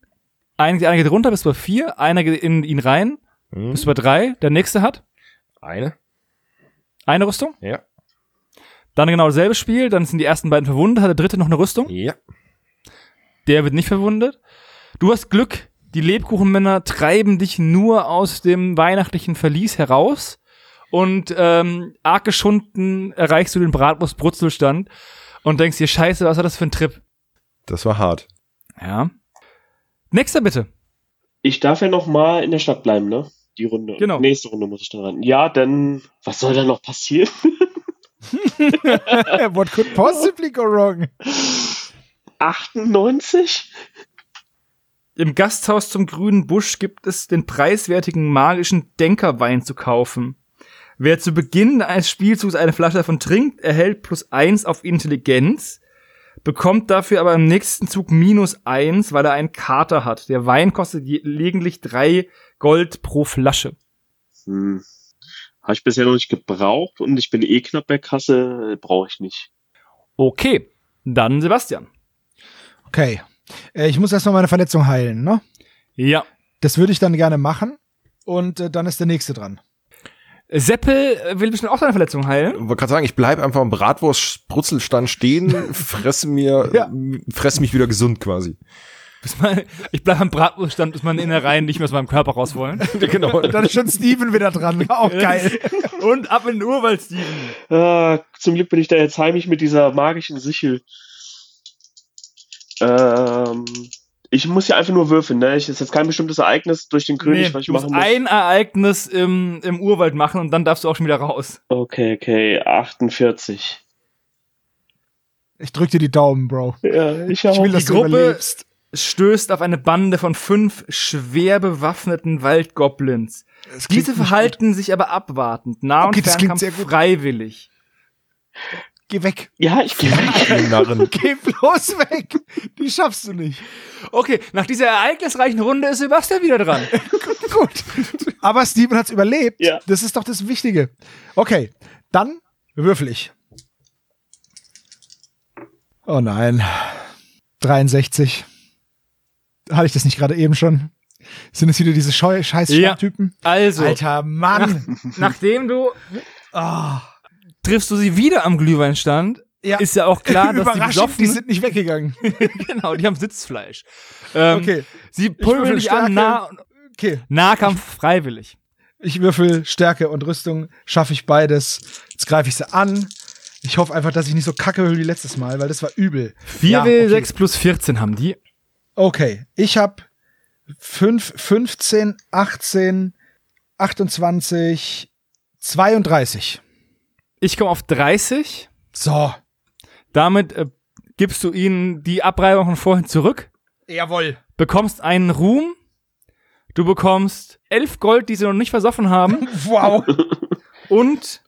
S3: ein, einer geht runter, bist bei vier, einer geht in ihn rein,
S2: Mhm.
S3: bist bei drei, der nächste hat
S2: Eine?
S3: eine Rüstung.
S2: Ja.
S3: Dann genau dasselbe Spiel, dann sind die ersten beiden verwundet, hat der dritte noch eine Rüstung,
S2: Ja.
S3: der wird nicht verwundet. Du hast Glück, die Lebkuchenmänner treiben dich nur aus dem weihnachtlichen Verlies heraus und ähm, arg geschunden erreichst du den Bratwurst-Brutzelstand und denkst dir, scheiße, was war das für ein Trip?
S2: Das war hart.
S3: Ja. Nächster bitte.
S4: Ich darf ja noch mal in der Stadt bleiben, ne? Die Runde.
S3: Genau.
S4: Nächste Runde muss ich dann ran. Ja, dann, was soll da noch passieren? *laughs*
S1: What could possibly go wrong?
S4: 98?
S3: Im Gasthaus zum grünen Busch gibt es den preiswertigen magischen Denkerwein zu kaufen. Wer zu Beginn eines Spielzugs eine Flasche davon trinkt, erhält plus eins auf Intelligenz, bekommt dafür aber im nächsten Zug minus eins, weil er einen Kater hat. Der Wein kostet je- lediglich drei Gold pro Flasche.
S4: Hm. Habe ich bisher noch nicht gebraucht und ich bin eh knapp bei Kasse, brauche ich nicht.
S3: Okay, dann Sebastian.
S1: Okay. Äh, ich muss erstmal meine Verletzung heilen, ne?
S3: Ja.
S1: Das würde ich dann gerne machen. Und äh, dann ist der nächste dran.
S3: Seppel äh, will bestimmt auch seine Verletzung heilen.
S2: Ich wollte gerade sagen, ich bleib einfach am Bratwurst-Brutzelstand stehen, fresse mir,
S1: Ja.
S2: m- fresse mich wieder gesund quasi.
S3: Bis man, ich bleibe am Bratwurststand, bis meine Innereien nicht mehr aus meinem Körper raus *laughs* wollen.
S2: *laughs*
S1: *laughs*
S2: genau.
S1: Dann ist schon Steven wieder
S2: *laughs*
S1: dran. Auch geil.
S3: Und ab in den Urwald, Steven.
S4: Ah, zum Glück bin ich da jetzt heimisch mit dieser magischen Sichel. Ähm, ich muss ja einfach nur würfeln, ne? Ich ist jetzt kein bestimmtes Ereignis durch den König,
S3: Nee,
S4: was ich
S3: du musst
S4: machen muss.
S3: ein Ereignis im, im Urwald machen und dann darfst du auch schon wieder raus.
S4: Okay, okay, 48.
S1: Ich drück dir die Daumen, Bro.
S4: Ja, ich
S1: Ich
S4: auch.
S1: will, dass
S3: die
S1: du
S3: Gruppe-
S1: überlebst.
S3: Stößt auf eine Bande von fünf schwer bewaffneten Waldgoblins.
S1: Das klingt
S3: Diese
S1: nicht
S3: verhalten sich aber abwartend,
S1: Okay,
S3: nah und
S1: das klingt
S3: fernkampf
S1: sehr gut.
S3: freiwillig.
S1: gut. Geh weg.
S4: Ja, ich gehe weg. *laughs*
S2: Ihr Narren.
S1: *laughs* Geh bloß weg. Die schaffst du nicht.
S3: Okay, nach dieser ereignisreichen Runde ist Sebastian
S1: *laughs*
S3: wieder dran.
S1: Gut. Aber Steven hat's überlebt.
S4: Ja.
S1: Das ist doch das Wichtige. Okay, dann würfel ich. Oh nein. 63. Hatte ich das nicht gerade eben schon? Sind es wieder diese scheu- scheiß
S3: Ja.
S1: Typen?
S3: Also,
S1: Alter Mann.
S3: nachdem du
S1: Oh.
S3: triffst du sie wieder am Glühweinstand,
S1: Ja.
S3: ist ja
S1: *laughs*
S3: auch klar, dass die
S1: Überraschend, die,
S3: besoffen
S1: sind nicht weggegangen.
S3: *laughs* genau, die haben Sitzfleisch. Ähm,
S1: Okay.
S3: Sie
S1: Ich würfel
S3: pulvern dich
S1: Stärke.
S3: an, nah,
S1: Okay.
S3: Nahkampf freiwillig.
S1: Ich würfel Stärke und Rüstung, schaffe ich beides. Jetzt greife ich sie an. Ich hoffe einfach, dass ich nicht so kacke höre wie letztes Mal, weil das war übel.
S3: 4W6
S1: Ja, okay.
S3: plus 14 haben die.
S1: Okay, ich habe 5, 15, 18, 28, 32.
S3: Ich komme auf 30.
S1: So.
S3: Damit äh, gibst du ihnen die Abreibung von vorhin zurück,
S1: Jawohl.
S3: bekommst einen Ruhm, du bekommst 11 Gold, die sie noch nicht
S1: *laughs*
S3: versoffen haben,
S1: Wow.
S3: und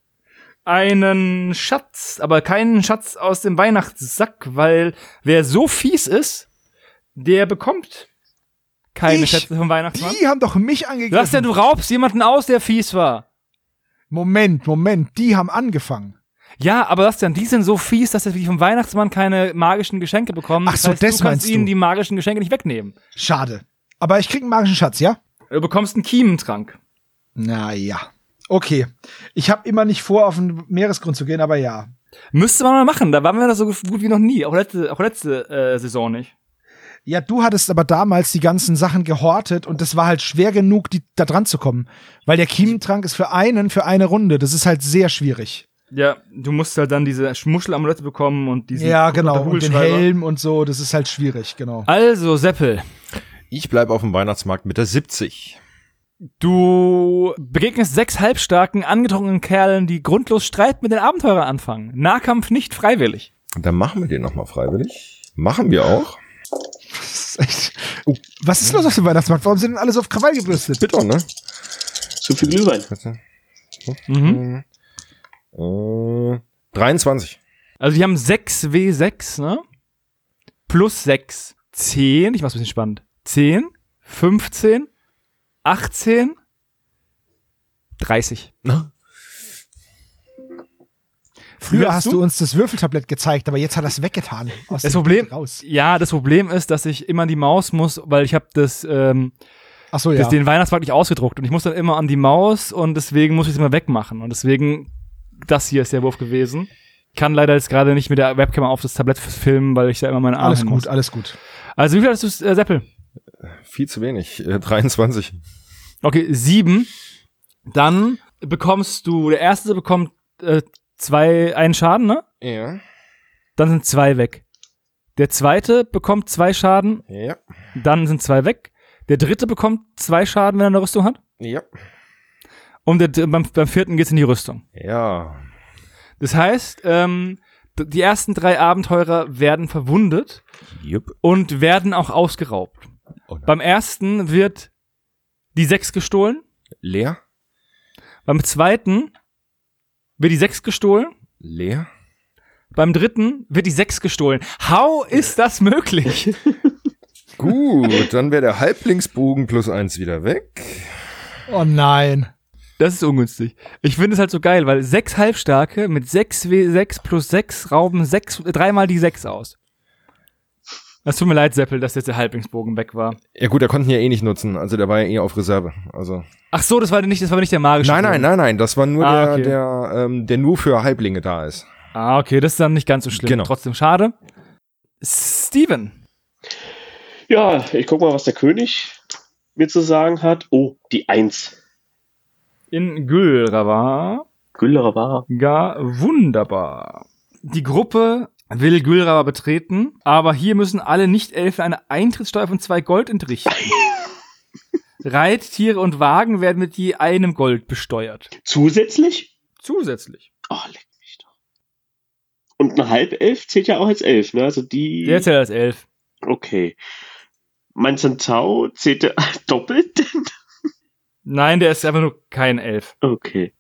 S3: einen Schatz, aber keinen Schatz aus dem Weihnachtssack, weil wer so fies ist, der bekommt keine
S1: Ich?
S3: Schätze vom Weihnachtsmann.
S1: Die haben doch mich angegriffen.
S3: Sebastian, du raubst jemanden aus, der fies war.
S1: Moment, Moment, die haben angefangen.
S3: Ja, aber Bastian, die sind so fies, dass sie vom Weihnachtsmann keine magischen Geschenke bekommen.
S1: Ach so,
S3: heißt,
S1: das
S3: du kannst
S1: meinst du.
S3: ihnen die magischen Geschenke nicht wegnehmen.
S1: Schade. Aber ich krieg einen magischen Schatz, ja?
S3: Du bekommst einen Kiementrank.
S1: Naja. Okay. Ich habe immer nicht vor, auf den Meeresgrund zu gehen, aber ja.
S3: Müsste man mal machen, da waren wir da so gut wie noch nie, auch letzte, auch letzte äh, Saison nicht.
S1: Ja, du hattest aber damals die ganzen Sachen gehortet und das war halt schwer genug, die, da dran zu kommen. Weil der Kiementrank ist für einen, für eine Runde. Das ist halt sehr schwierig.
S3: Ja, du musst halt dann diese Schmuschelamulette bekommen und diesen
S1: Ja, genau. Und den
S3: Kugelschreiber.
S1: Helm und so, das ist halt schwierig, genau.
S3: Also, Seppel,
S2: Ich bleib auf dem Weihnachtsmarkt mit der 70.
S3: du begegnest sechs halbstarken, angetrunkenen Kerlen, die grundlos Streit mit den Abenteurern anfangen. Nahkampf nicht freiwillig.
S2: Dann machen wir den nochmal freiwillig. Machen wir auch.
S1: Das ist echt. Oh, was ist los auf dem Weihnachtsmarkt? Warum sind denn alle so auf Krawall gebürstet?
S2: Bitte, ne?
S4: Zu viel Glühwein.
S2: Bitte.
S3: Mhm.
S2: Hm? Äh, 23.
S3: Also die haben 6W6, ne? Plus 6. 10, ich mach's ein bisschen spannend. 10, 15, 18, 30.
S1: Früher hast
S3: du-
S1: du uns das Würfeltablett gezeigt, aber jetzt hat er es weggetan. Aus
S3: Das
S1: dem
S3: Problem,
S1: Raus.
S3: ja, das Problem ist, dass ich immer an die Maus muss, weil ich habe das, ähm,
S1: Ach so, ja.
S3: das den Weihnachtsmarkt nicht ausgedruckt und ich muss dann immer an die Maus und deswegen muss ich es immer wegmachen und deswegen das hier ist der Wurf gewesen. Ich kann leider jetzt gerade nicht mit der Webcam auf das Tablett filmen, weil ich da immer meine Arme
S1: Alles
S3: hin
S1: gut,
S3: Muss.
S1: alles gut.
S3: Also wie viel hattest du, äh, Seppel?
S2: Viel zu wenig. Äh, 23.
S3: Okay, sieben. Dann bekommst du, der erste bekommt äh, zwei, einen Schaden, ne?
S2: Ja.
S3: Dann sind zwei weg. Der zweite bekommt zwei Schaden,
S2: Ja.
S3: dann sind zwei weg. Der dritte bekommt zwei Schaden, wenn er eine Rüstung hat.
S2: Ja.
S3: Und der, beim, beim vierten geht's in die Rüstung.
S2: Ja.
S3: Das heißt, ähm, d- die ersten drei Abenteurer werden verwundet
S2: Jupp.
S3: und werden auch ausgeraubt.
S2: Oh nein.
S3: Beim ersten wird die 6 gestohlen.
S2: Leer?
S3: Beim zweiten wird die 6 gestohlen.
S2: Leer?
S3: Beim dritten wird die 6 gestohlen. How ist das möglich?
S2: Gut, dann wäre der Halblingsbogen plus eins wieder weg.
S1: Oh nein.
S3: *laughs* Das ist ungünstig. Ich finde es halt so geil, weil sechs Halbstarke mit 6 W6 plus 6 rauben sechs, dreimal die 6 aus. Es tut mir leid, Seppel, dass jetzt der Halblingsbogen weg war.
S2: Ja gut, der konnten ja eh nicht nutzen, also der war ja eh auf Reserve. Also
S3: Ach so, das war nicht, das war nicht der magische.
S2: nein, nein,
S3: Bogen.
S2: nein, nein, das war nur
S3: Ah,
S2: der,
S3: okay.
S2: der, ähm, der nur für Halblinge da ist.
S3: Ah, okay, das ist dann nicht ganz so schlimm.
S2: Genau.
S3: Trotzdem schade. Steven.
S4: Ja, ich guck mal, was der König mir zu sagen hat. Oh, die Eins.
S3: In Gülra war
S4: Güllere war.
S3: Gar wunderbar. Die Gruppe will Gülraber betreten, aber hier müssen alle Nicht-Elfen eine Eintrittssteuer von zwei Gold entrichten. Reittiere und Wagen werden mit je einem Gold besteuert.
S4: Zusätzlich?
S3: Zusätzlich.
S4: Oh, leck mich doch. Und eine Halbelf zählt ja auch als Elf, ne? Also die.
S3: Der zählt als elf.
S4: Okay. Mein Centaur zählt *laughs* der doppelt?
S3: Nein, der ist einfach nur kein Elf.
S4: Okay.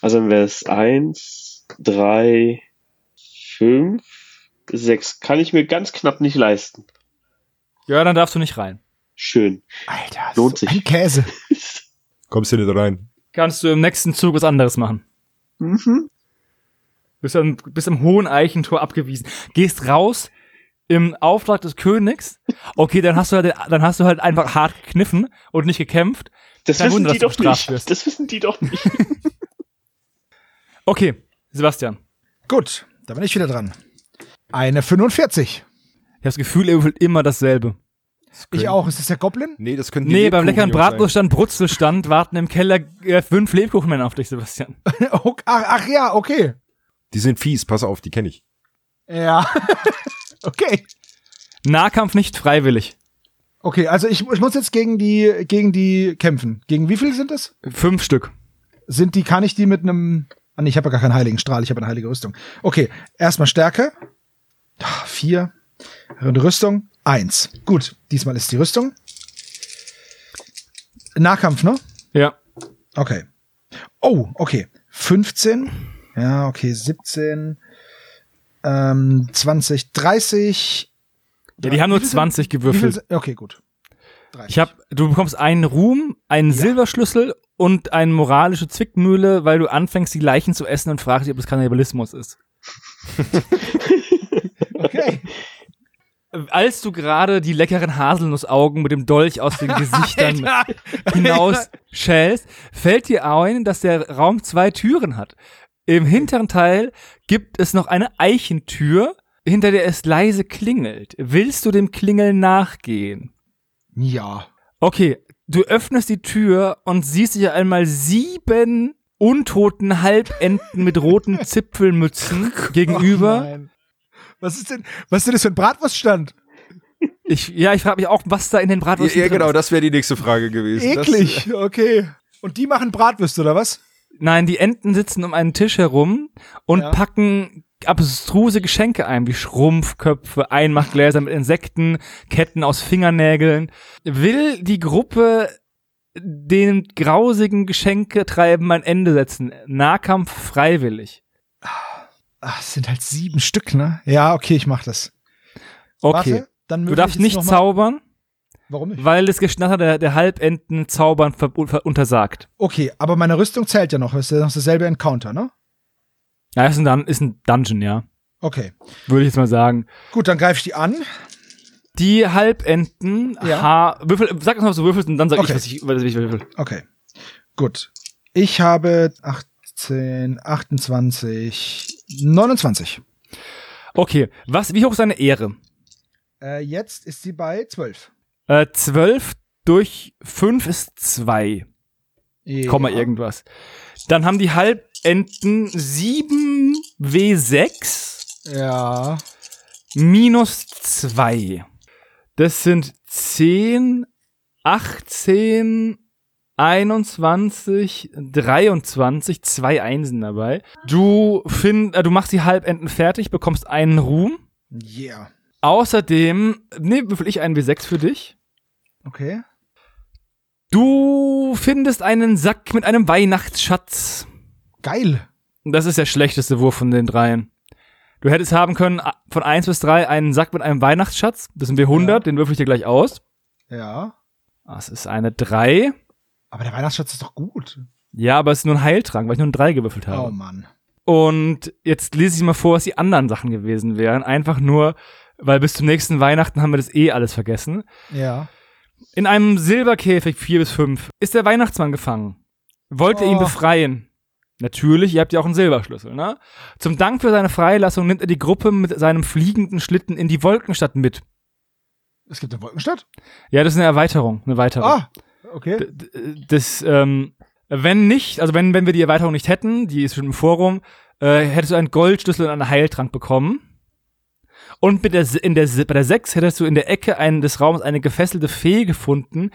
S4: Also dann wäre es 1, 3, 5, 6. Kann ich mir ganz knapp nicht leisten.
S3: Ja, dann darfst du nicht rein.
S4: Schön.
S1: Alter,
S4: Lohnt
S1: so
S4: sich.
S1: ein Käse.
S2: Kommst du nicht rein?
S3: Kannst du im nächsten Zug was anderes machen.
S4: mhm.
S3: Bist am, bist am hohen Eichentor abgewiesen. Gehst raus im Auftrag des Königs. Okay, dann hast du halt, dann hast du halt einfach hart gekniffen und nicht gekämpft.
S4: Das
S3: Kein
S4: wissen
S3: Wunder,
S4: die
S3: dass
S4: doch
S3: du bestraft
S4: nicht.
S3: wirst.
S4: Das wissen die doch nicht.
S3: Okay, Sebastian.
S1: Gut, da bin ich wieder dran. Eine 45.
S3: Ich habe das Gefühl, ihr würfelt immer dasselbe.
S1: Ich auch. Ist das der Goblin?
S2: Nee, das können die
S3: Nee, beim
S2: Lebkuchen
S3: leckeren
S2: Jungs sein.
S3: Bratwurststand, Brutzelstand warten im Keller äh, fünf Lebkuchenmänner auf
S1: *laughs*
S3: dich, Sebastian.
S1: Oh, Ach, ach ja, okay.
S2: Die sind fies, pass auf, die kenne ich.
S1: Ja. *laughs* okay.
S3: Nahkampf nicht freiwillig.
S1: Okay, also ich, ich muss jetzt gegen die, gegen die kämpfen. Gegen wie viele sind es?
S3: Fünf Stück.
S1: Sind die, kann ich die mit einem. Ah, nee, ich habe ja gar keinen heiligen Strahl, ich habe eine heilige Rüstung. Okay, erstmal Stärke. Ah, Vier. Rüstung. Eins. Gut, diesmal ist die Rüstung. Nahkampf, ne?
S3: Ja.
S1: Okay. Oh, okay. 15. Ja, okay, 17. Ähm, 20, 30.
S3: Ja, die haben nur
S1: Wie viel sind-
S3: 20
S1: Wie viel,
S3: gewürfelt.
S1: sind- okay, gut. 30.
S3: Ich hab, du bekommst einen Ruhm, einen Silberschlüssel und eine moralische Zwickmühle, weil du anfängst, die Leichen zu essen und fragst dich, ob es Kannibalismus ist.
S1: Okay.
S3: Äh, Als du gerade die leckeren Haselnussaugen mit dem Dolch *laughs* aus den Gesichtern
S2: *laughs*
S3: hinaus schälst, fällt dir ein, dass der Raum zwei Türen hat. Im hinteren Teil gibt es noch eine Eichentür, hinter der es leise klingelt. Willst du dem Klingeln nachgehen?
S1: Ja.
S3: Okay, du öffnest die Tür und siehst dich einmal sieben untoten Halbenten mit
S2: *laughs*
S3: roten Zipfelmützen
S1: Oh
S3: gegenüber.
S1: nein. was ist denn, was ist denn das für ein Bratwurststand?
S3: ich, ja, ich frage mich auch, was da in den
S2: Ja,
S3: Bratwürsten
S2: ja
S3: drin
S2: genau,
S3: ist.
S2: das wäre die nächste Frage gewesen. Das-
S1: Eklig, okay. Und die machen Bratwürste, oder was?
S3: Nein, die Enten sitzen um einen Tisch herum und
S1: Ja.
S3: packen abstruse Geschenke ein, wie Schrumpfköpfe, Einmachgläser mit Insekten, Ketten aus Fingernägeln. Will die Gruppe den grausigen Geschenketreiben ein Ende setzen? Nahkampf freiwillig.
S1: Ach, es sind halt sieben Stück, ne? Ja, okay, ich mach das.
S3: Okay.
S1: Warte, dann
S3: du
S1: würfel
S3: darfst
S1: ich jetzt
S3: nicht
S1: noch mal-
S3: zaubern,
S1: Warum nicht?
S3: weil das Geschnatter der, der Halbenten Zaubern verbu- ver untersagt.
S1: Okay, aber meine Rüstung zählt ja noch. Ist ja noch dasselbe Encounter, ne?
S3: Ja, ist ein, Dun ist ein Dungeon, ja.
S1: Okay.
S3: Würde ich jetzt mal sagen.
S1: Gut, dann greife ich die an.
S3: Die Halbenten,
S1: Ja.
S3: ha würfel, sag uns mal, was du würfelst und dann sag
S1: Okay.
S3: ich, was ich, was ich würfel.
S1: Okay. Gut. Ich habe 18, 28, 29.
S3: Okay, was, wie hoch ist deine Ehre?
S1: Äh, jetzt ist sie bei 12.
S3: Äh, 12 durch 5 ist 2, Komma irgendwas. Dann haben die Halbenten 7 W6
S1: Ja.
S3: minus 2. Das sind 10, 18, 21, 23, zwei Einsen dabei. Du, find, äh, du machst die Halbenten fertig, bekommst einen Ruhm.
S1: Yeah.
S3: Außerdem, ne, würfel ich einen W6 für dich.
S1: Okay.
S3: Du findest einen Sack mit einem Weihnachtsschatz.
S1: Geil.
S3: Und Das ist der schlechteste Wurf von den dreien. Du hättest haben können a- von 1 bis 3 einen Sack mit einem Weihnachtsschatz. Das sind wir 100, den würfel ich dir gleich aus.
S1: Ja.
S3: Das Ah, ist eine 3.
S1: Aber der Weihnachtsschatz ist doch gut.
S3: Ja, aber es ist nur ein Heiltrank, weil ich nur ein 3 gewürfelt habe.
S1: Oh Mann.
S3: Und jetzt lese ich mal vor, was die anderen Sachen gewesen wären. Einfach nur, weil bis zum nächsten Weihnachten haben wir das eh alles vergessen.
S1: Ja.
S3: In einem Silberkäfig, 4 bis 5, ist der Weihnachtsmann gefangen. Wollt ihr ihn
S1: Oh.
S3: befreien? Natürlich, ihr habt ja auch einen Silberschlüssel, ne? Zum Dank für seine Freilassung nimmt er die Gruppe mit seinem fliegenden Schlitten in die Wolkenstadt mit.
S1: Es gibt eine Wolkenstadt?
S3: Ja, das ist eine Erweiterung, eine weitere.
S1: Ah, okay.
S3: D- d- das, ähm, wenn nicht, also wenn, wenn wir die Erweiterung nicht hätten, die ist schon im Forum, äh, hättest du einen Goldschlüssel und einen Heiltrank bekommen. Und mit der, Se- in der, Se- bei der 6 hättest du in der Ecke einen, des Raums eine gefesselte Fee gefunden,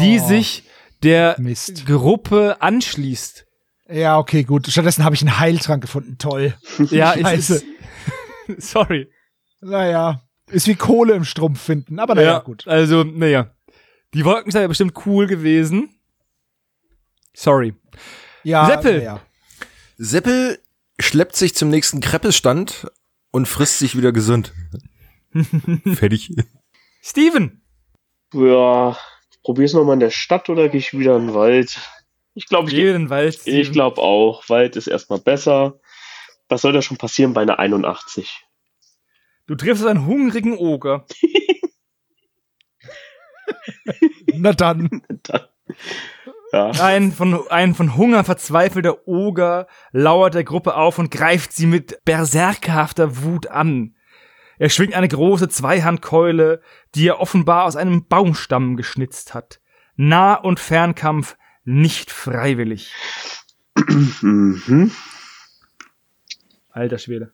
S3: die
S1: Oh.
S3: sich der
S1: Mist.
S3: Gruppe anschließt.
S1: *laughs* Ja, okay, gut. Stattdessen habe ich einen Heiltrank gefunden. Toll.
S3: Ja,
S1: Scheiße.
S3: ist, *laughs* sorry.
S1: Naja. Ist wie Kohle im Strumpf finden. Aber naja, gut.
S3: Also, naja. Die Wolkenstadt wäre bestimmt cool gewesen. Sorry.
S1: Ja,
S3: Seppel.
S1: na ja.
S2: Seppel schleppt sich zum nächsten Kreppestand und frisst sich wieder gesund. *laughs* Fertig.
S3: Steven!
S4: Ja, probier's nochmal in der Stadt oder geh ich wieder in den Wald? Ich glaube, ich, geh-
S3: Jeden Wald. Steven.
S4: ich glaube auch. Wald ist erstmal besser. Was soll da schon passieren bei einer 81?
S3: Du triffst einen hungrigen Oger.
S1: Na dann.
S4: Ja.
S3: Ein von, ein von Hunger verzweifelter Oger lauert der Gruppe auf und greift sie mit berserkerhafter Wut an. Er schwingt eine große Zweihandkeule, die er offenbar aus einem Baumstamm geschnitzt hat. Nah- und Fernkampf nicht freiwillig.
S4: Mhm.
S3: Alter Schwede.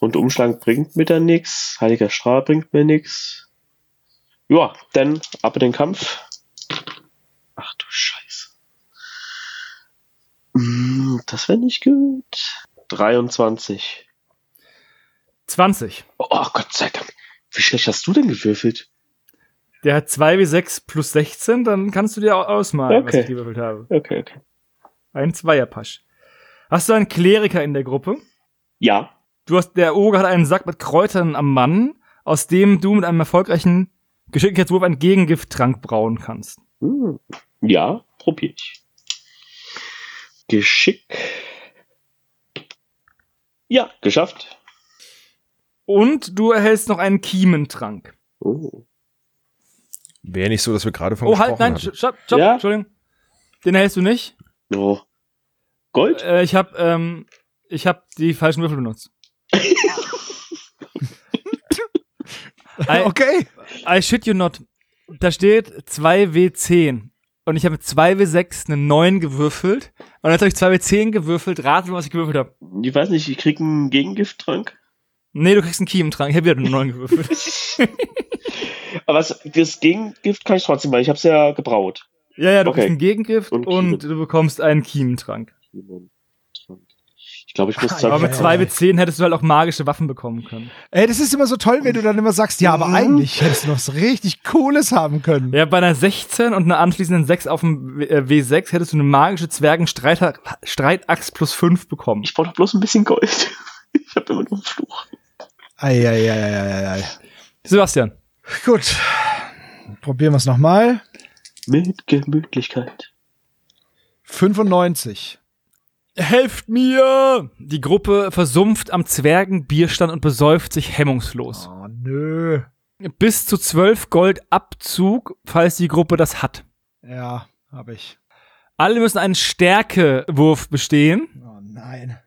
S4: Und Umschlag bringt mir dann nichts. Heiliger Strahl bringt mir nichts. Ja, dann ab in den Kampf. Ach du Scheiße. Mm, Das wäre nicht gut. 23.
S3: 20.
S4: Oh, oh Gott sei Dank. Wie schlecht hast du denn gewürfelt?
S3: Der hat 2 wie 6 plus 16, dann kannst du dir au- ausmalen, was
S4: Okay.
S3: ich gewürfelt habe.
S4: Okay, okay.
S3: Ein Zweierpasch. Hast du einen Kleriker in der Gruppe?
S4: Ja.
S3: Du hast, der Oger hat einen Sack mit Kräutern am Mann, aus dem du mit einem erfolgreichen Geschicklichkeitswurf einen Gegengifttrank brauen kannst.
S4: Hm. Ja, probier ich. Geschick. Ja, geschafft.
S3: Und du erhältst noch einen Kiementrank.
S4: Oh.
S2: Wäre nicht so, dass wir gerade von
S3: Oh, halt, nein,
S2: hatten.
S3: stopp, stopp, stopp,
S4: Ja?
S3: Entschuldigung. Den erhältst du nicht.
S4: Oh. Gold?
S3: Äh, ich hab, ähm, ich hab die falschen Würfel benutzt. I,
S1: Okay.
S3: I shit you not. Da steht 2W10. Und ich habe mit 2W6 eine 9 gewürfelt. Und jetzt habe ich 2W10 gewürfelt. Rate mal, was ich gewürfelt habe.
S4: Ich weiß nicht, ich krieg einen *laughs* Gegengifttrank.
S3: Nee, du kriegst einen Kiementrank. Ich habe wieder einen neuen gewürfelt.
S4: Aber was, das Gegengift kann ich trotzdem machen. Ich habe es ja gebraut.
S3: *laughs* ja, ja, du
S4: Okay.
S3: kriegst einen Gegengriff und,
S4: Und Kiemen.
S3: du bekommst einen Kiementrank.
S4: Ich glaube, ich muss
S1: Ja,
S3: Aber
S4: sagen,
S3: mit
S1: ja,
S3: 2
S1: ja.
S3: bis 10 hättest du halt auch magische Waffen bekommen können.
S1: Ey, das ist immer so toll, wenn du dann immer sagst, ja, aber
S4: Mhm.
S1: eigentlich hättest du noch was richtig Cooles haben können.
S3: Ja, bei einer 16 und einer anschließenden 6 auf dem W- äh, W6 hättest du eine magische Zwergenstreiter- Streitachs plus 5 bekommen.
S4: ich brauche doch bloß ein bisschen Gold. *laughs* Ich habe immer nur einen Fluch.
S1: Eieieiei.
S3: Sebastian.
S1: Gut. Probieren wir es nochmal.
S4: Mit Gemütlichkeit.
S1: 95.
S3: Helft mir! Die Gruppe versumpft am Zwergenbierstand und besäuft sich hemmungslos.
S1: Oh, nö.
S3: Bis zu 12 Gold Abzug, falls die Gruppe das hat.
S1: Ja, habe ich.
S3: Alle müssen einen Stärkewurf bestehen.
S1: Oh nein.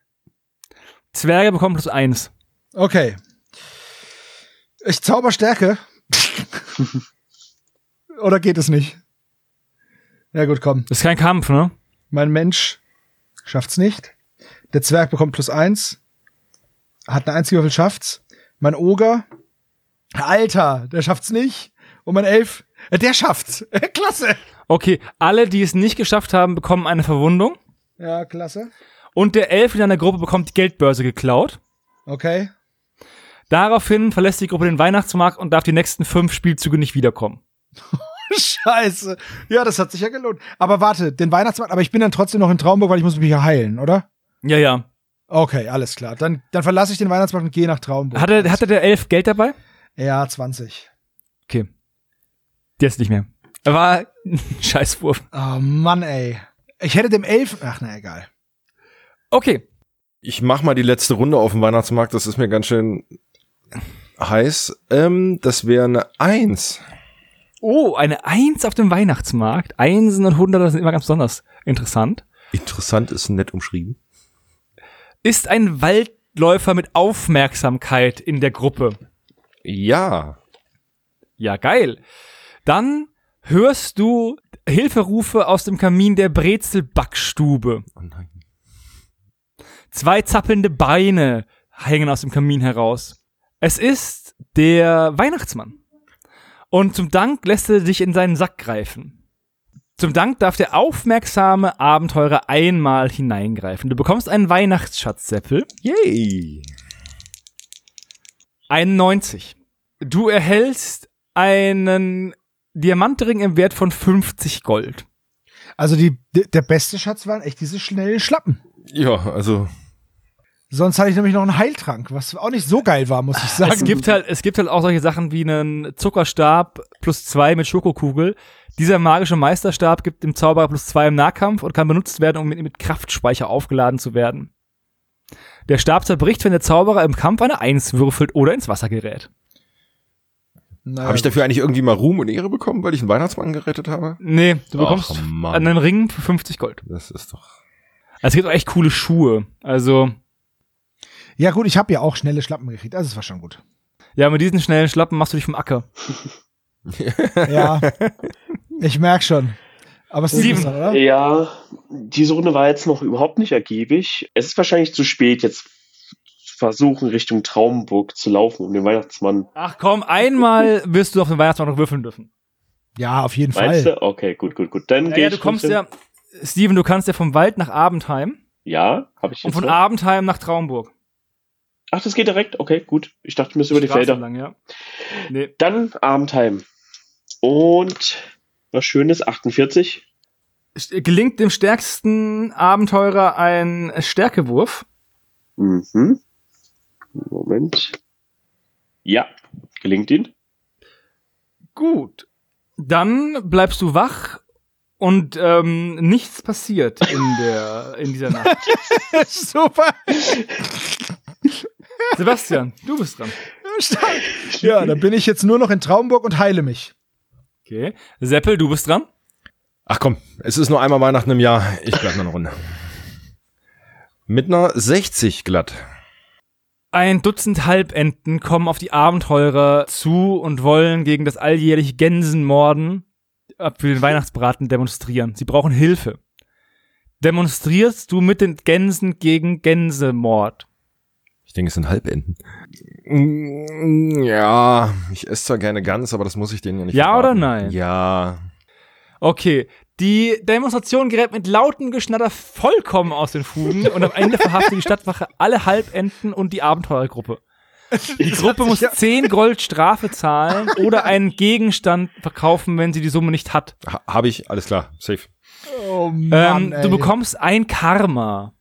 S3: Zwerge bekommen plus eins.
S1: Okay. Ich zauber Stärke. Oder geht es nicht? Ja gut, komm.
S3: Das ist kein Kampf, ne?
S1: Mein Mensch schafft's nicht. Der Zwerg bekommt plus eins. Hat eine einzige Würfel, schafft's. Mein Oger. Alter, der schafft's nicht. Und mein Elf, äh, der schafft's. *laughs* klasse.
S3: Okay, alle, die es nicht geschafft haben, bekommen eine Verwundung.
S1: Ja, klasse.
S3: Und der Elf in einer Gruppe bekommt die Geldbörse geklaut.
S1: Okay. *laughs*
S3: Daraufhin verlässt die Gruppe den Weihnachtsmarkt und darf die nächsten fünf Spielzüge nicht wiederkommen.
S1: Scheiße. Ja, das hat sich ja gelohnt. Aber warte, den Weihnachtsmarkt, aber ich bin dann trotzdem noch in Traumburg, weil ich muss mich ja heilen, oder?
S3: Ja, ja.
S1: Okay, alles klar. Dann, dann verlasse ich den Weihnachtsmarkt und gehe nach Traumburg.
S3: Hatte, hatte der Elf Geld dabei?
S1: ja, 20.
S3: Okay. Der ist nicht mehr. Er war ein *laughs* Scheißwurf.
S1: Oh Mann, ey. Ich hätte dem 11. Ach, na egal.
S3: Okay.
S2: Ich mach mal die letzte Runde auf dem Weihnachtsmarkt, das ist mir ganz schön heiß. Ähm, das wäre eine Eins.
S3: Oh, eine Eins auf dem Weihnachtsmarkt. Einsen und Hunderter sind immer ganz besonders interessant.
S2: Interessant ist nett umschrieben.
S3: Ist ein Waldläufer mit Aufmerksamkeit in der Gruppe.
S2: Ja.
S3: Ja, geil. Dann hörst du Hilferufe aus dem Kamin der Brezelbackstube.
S2: Oh nein.
S3: Zwei zappelnde Beine hängen aus dem Kamin heraus. Es ist der Weihnachtsmann. Und zum Dank lässt er dich in seinen Sack greifen. Zum Dank darf der aufmerksame Abenteurer einmal hineingreifen. Du bekommst einen Weihnachtsschatzsäppel,
S2: Yay.
S3: 91. Du erhältst einen Diamantring im Wert von 50 Gold.
S1: Also die, d- der beste Schatz waren echt diese schnellen Schlappen.
S2: Ja, also
S1: Sonst hatte ich nämlich noch einen Heiltrank, was auch nicht so geil war,
S3: *laughs*
S1: muss ich
S3: Es
S1: sagen.
S3: gibt halt, es gibt halt auch solche Sachen wie einen Zuckerstab plus zwei mit Schokokugel. Dieser magische Meisterstab gibt dem Zauberer plus zwei im Nahkampf und kann benutzt werden, um mit, mit Kraftspeicher aufgeladen zu werden. Der Stab zerbricht, wenn der Zauberer im Kampf eine Eins würfelt oder ins Wasser gerät.
S1: Naja,
S2: habe ich dafür eigentlich irgendwie mal Ruhm und Ehre bekommen, weil ich einen Weihnachtsmann gerettet habe?
S3: Nee, du bekommst
S2: Ach, Mann.
S3: einen Ring für 50 Gold.
S2: Das ist doch.
S3: Also es gibt auch echt coole Schuhe. Also,
S1: ja gut, ich habe ja auch schnelle Schlappen gekriegt, also es war schon gut.
S3: ja, mit diesen schnellen Schlappen machst du dich vom Acker. *laughs*
S1: Ja, ich merk schon. Aber es ist
S3: Sieben.
S1: interessant, oder?
S4: Ja, diese Runde war jetzt noch überhaupt nicht ergiebig. Es ist wahrscheinlich zu spät, jetzt zu versuchen, Richtung Traumburg zu laufen, um den Weihnachtsmann.
S3: Ach komm, einmal wirst du auf den Weihnachtsmarkt noch würfeln dürfen.
S1: Ja, auf jeden Fall.
S4: Meinst du? Okay, gut, gut, gut. Dann
S3: Ja,
S4: geh
S3: ja,
S4: ich
S3: du kommst
S4: trotzdem-
S3: ja, Steven, du kannst ja vom Wald nach Abendheim.
S4: Ja, habe ich
S3: Und
S4: jetzt.
S3: von
S4: noch?
S3: Abendheim nach Traumburg.
S4: Ach, das geht direkt? Okay, gut. Ich dachte, wir müssen über die
S3: Straße
S4: Felder.
S3: Lang, ja. Nee.
S4: Dann Abendheim. Und was Schönes, 48.
S3: Es Gelingt dem stärksten Abenteurer ein Stärkewurf.
S4: Mhm. Moment. Ja, gelingt ihn.
S3: Gut. Dann bleibst du wach und ähm, nichts passiert in, der, in dieser
S4: *laughs*
S3: Nacht.
S1: *laughs* Super.
S3: Sebastian, du bist dran.
S1: Stark. Ja, dann bin ich jetzt nur noch in Traumburg und heile mich.
S3: Okay. Seppel, du bist dran.
S2: Ach komm, es ist nur einmal Weihnachten im Jahr. Ich bleib mal eine Runde. Mit einer 60 glatt.
S3: Ein Dutzend Halbenten kommen auf die Abenteurer zu und wollen gegen das alljährliche Gänsenmorden äh, für den Weihnachtsbraten demonstrieren. Sie brauchen Hilfe. Demonstrierst du mit den Gänsen gegen Gänsemord?
S2: Ich denke, es sind Halbenten. Mm, Ja, ich esse zwar gerne Gans, aber das muss ich denen ja nicht
S3: Ja
S2: verraten.
S3: oder nein?
S2: Ja.
S3: Okay, die Demonstration gerät mit lautem Geschnatter vollkommen aus den Fugen und am Ende verhaftet die Stadtwache alle Halbenten und die Abenteurergruppe. Die Gruppe muss 10 Gold Strafe zahlen oder einen Gegenstand verkaufen, wenn sie die Summe nicht hat.
S2: Ha Habe ich, alles klar, safe.
S1: Oh Mann,
S3: Ähm,
S1: ey.
S3: du bekommst ein Karma.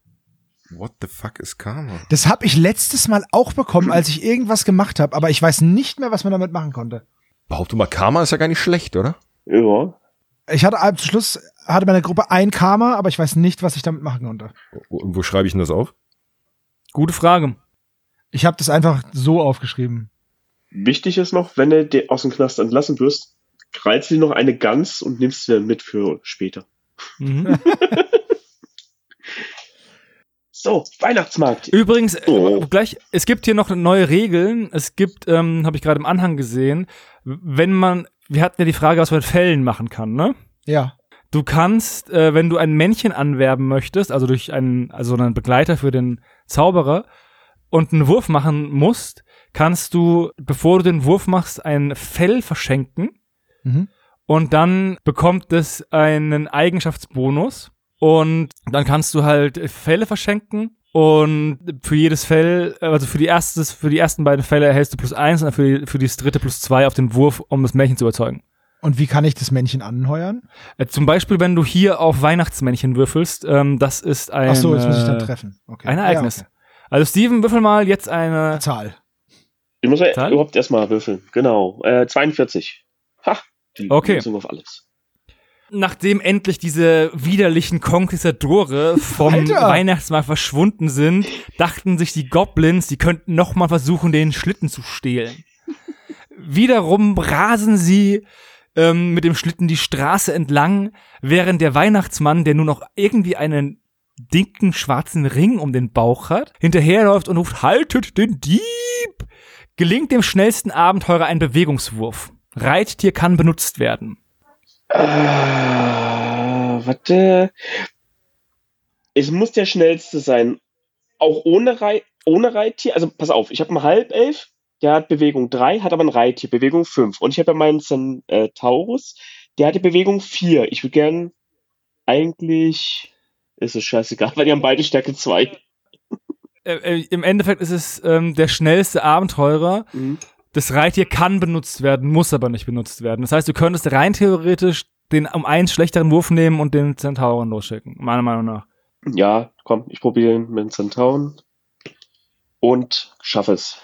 S2: What the fuck is Karma?
S1: Das habe ich letztes Mal auch bekommen, als ich irgendwas gemacht habe, aber ich weiß nicht mehr, was man damit machen konnte.
S2: Behaupte mal, Karma ist ja gar nicht schlecht, oder?
S4: Ja.
S1: Ich hatte am Schluss hatte meine Gruppe ein Karma, aber ich weiß nicht, was ich damit machen konnte.
S2: Wo, wo schreibe ich denn das auf?
S3: Gute Frage.
S1: Ich habe das einfach so aufgeschrieben.
S4: Wichtig ist noch, wenn du dir aus dem Knast entlassen wirst, kreist dir noch eine Gans und nimmst sie dann mit für später.
S1: *laughs*
S3: Mhm.
S4: So, Weihnachtsmarkt.
S3: Übrigens,
S4: Oh.
S3: äh, gleich, es gibt hier noch neue Regeln. Es gibt, ähm, habe ich gerade im Anhang gesehen, wenn man, wir hatten ja die Frage, was man mit Fällen machen kann, ne?
S1: Ja.
S3: Du kannst, äh, wenn du ein Männchen anwerben möchtest, also durch einen, also einen Begleiter für den Zauberer und einen Wurf machen musst, kannst du, bevor du den Wurf machst, ein Fell verschenken.
S1: Mhm.
S3: Und dann bekommt es einen Eigenschaftsbonus. Und dann kannst du halt Fälle verschenken. Und für jedes Fell, also für die, erstes, für die ersten beiden Fälle erhältst du plus eins und für, die, für das dritte plus zwei auf den Wurf, um das Märchen zu überzeugen.
S1: Und wie kann ich das Männchen anheuern?
S3: Äh, zum Beispiel, wenn du hier auf Weihnachtsmännchen würfelst, ähm, das ist ein,
S1: Ach so, jetzt muss ich dann
S3: äh,
S1: treffen. Okay.
S3: ein Ereignis.
S1: Ja,
S3: Also Steven, würfel mal jetzt
S1: okay.
S3: eine.
S1: Zahl.
S4: Ich muss ja
S3: Zahl?
S4: überhaupt erstmal würfeln. Genau. Äh, 42. Ha! Die
S3: Okay.
S4: Lösung auf alles.
S3: Nachdem endlich diese widerlichen Konquistadore vom
S1: Alter!
S3: Weihnachtsmarkt verschwunden sind, dachten sich die Goblins, die könnten nochmal versuchen, den Schlitten zu stehlen. Wiederum rasen sie ähm, mit dem Schlitten die Straße entlang, während der Weihnachtsmann, der nur noch irgendwie einen dicken schwarzen Ring um den Bauch hat, hinterherläuft und ruft, haltet den Dieb! Gelingt dem schnellsten Abenteurer ein Bewegungswurf. Reittier kann benutzt werden.
S4: Äh, warte. Es muss der schnellste sein. Auch ohne, Rei ohne Reittier. Also pass auf, ich habe einen Halbelf, der hat Bewegung 3, hat aber ein Reittier, Bewegung 5. Und ich habe ja meinen Centaurus, der hat die Bewegung 4. Ich würde gern eigentlich. Ist es scheißegal, *laughs* weil die haben beide Stärke 2.
S3: äh, äh, im Endeffekt ist es ähm, der schnellste Abenteurer.
S4: Mhm.
S3: Das Reittier kann benutzt werden, muss aber nicht benutzt werden. Das heißt, du könntest rein theoretisch den um eins schlechteren Wurf nehmen und den Zentauren losschicken, meiner Meinung nach.
S4: Ja, komm, ich probiere ihn mit dem Centauren. Und schaffe es.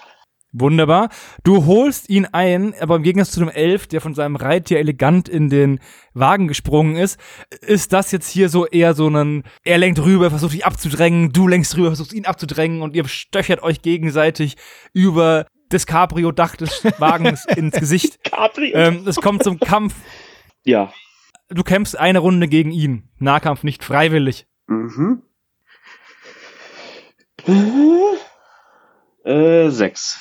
S3: Wunderbar. Du holst ihn ein, aber im Gegensatz zu dem Elf, der von seinem Reittier elegant in den Wagen gesprungen ist, ist das jetzt hier so eher so ein, er lenkt rüber, versucht dich abzudrängen, du lenkst rüber, versuchst ihn abzudrängen und ihr stöchert euch gegenseitig über das Cabrio-Dach des Wagens ins Gesicht.
S4: Capri!
S3: Ähm, es kommt zum Kampf.
S4: ja.
S3: Du kämpfst eine Runde gegen ihn. Nahkampf nicht freiwillig.
S4: Mhm. Äh, äh, sechs.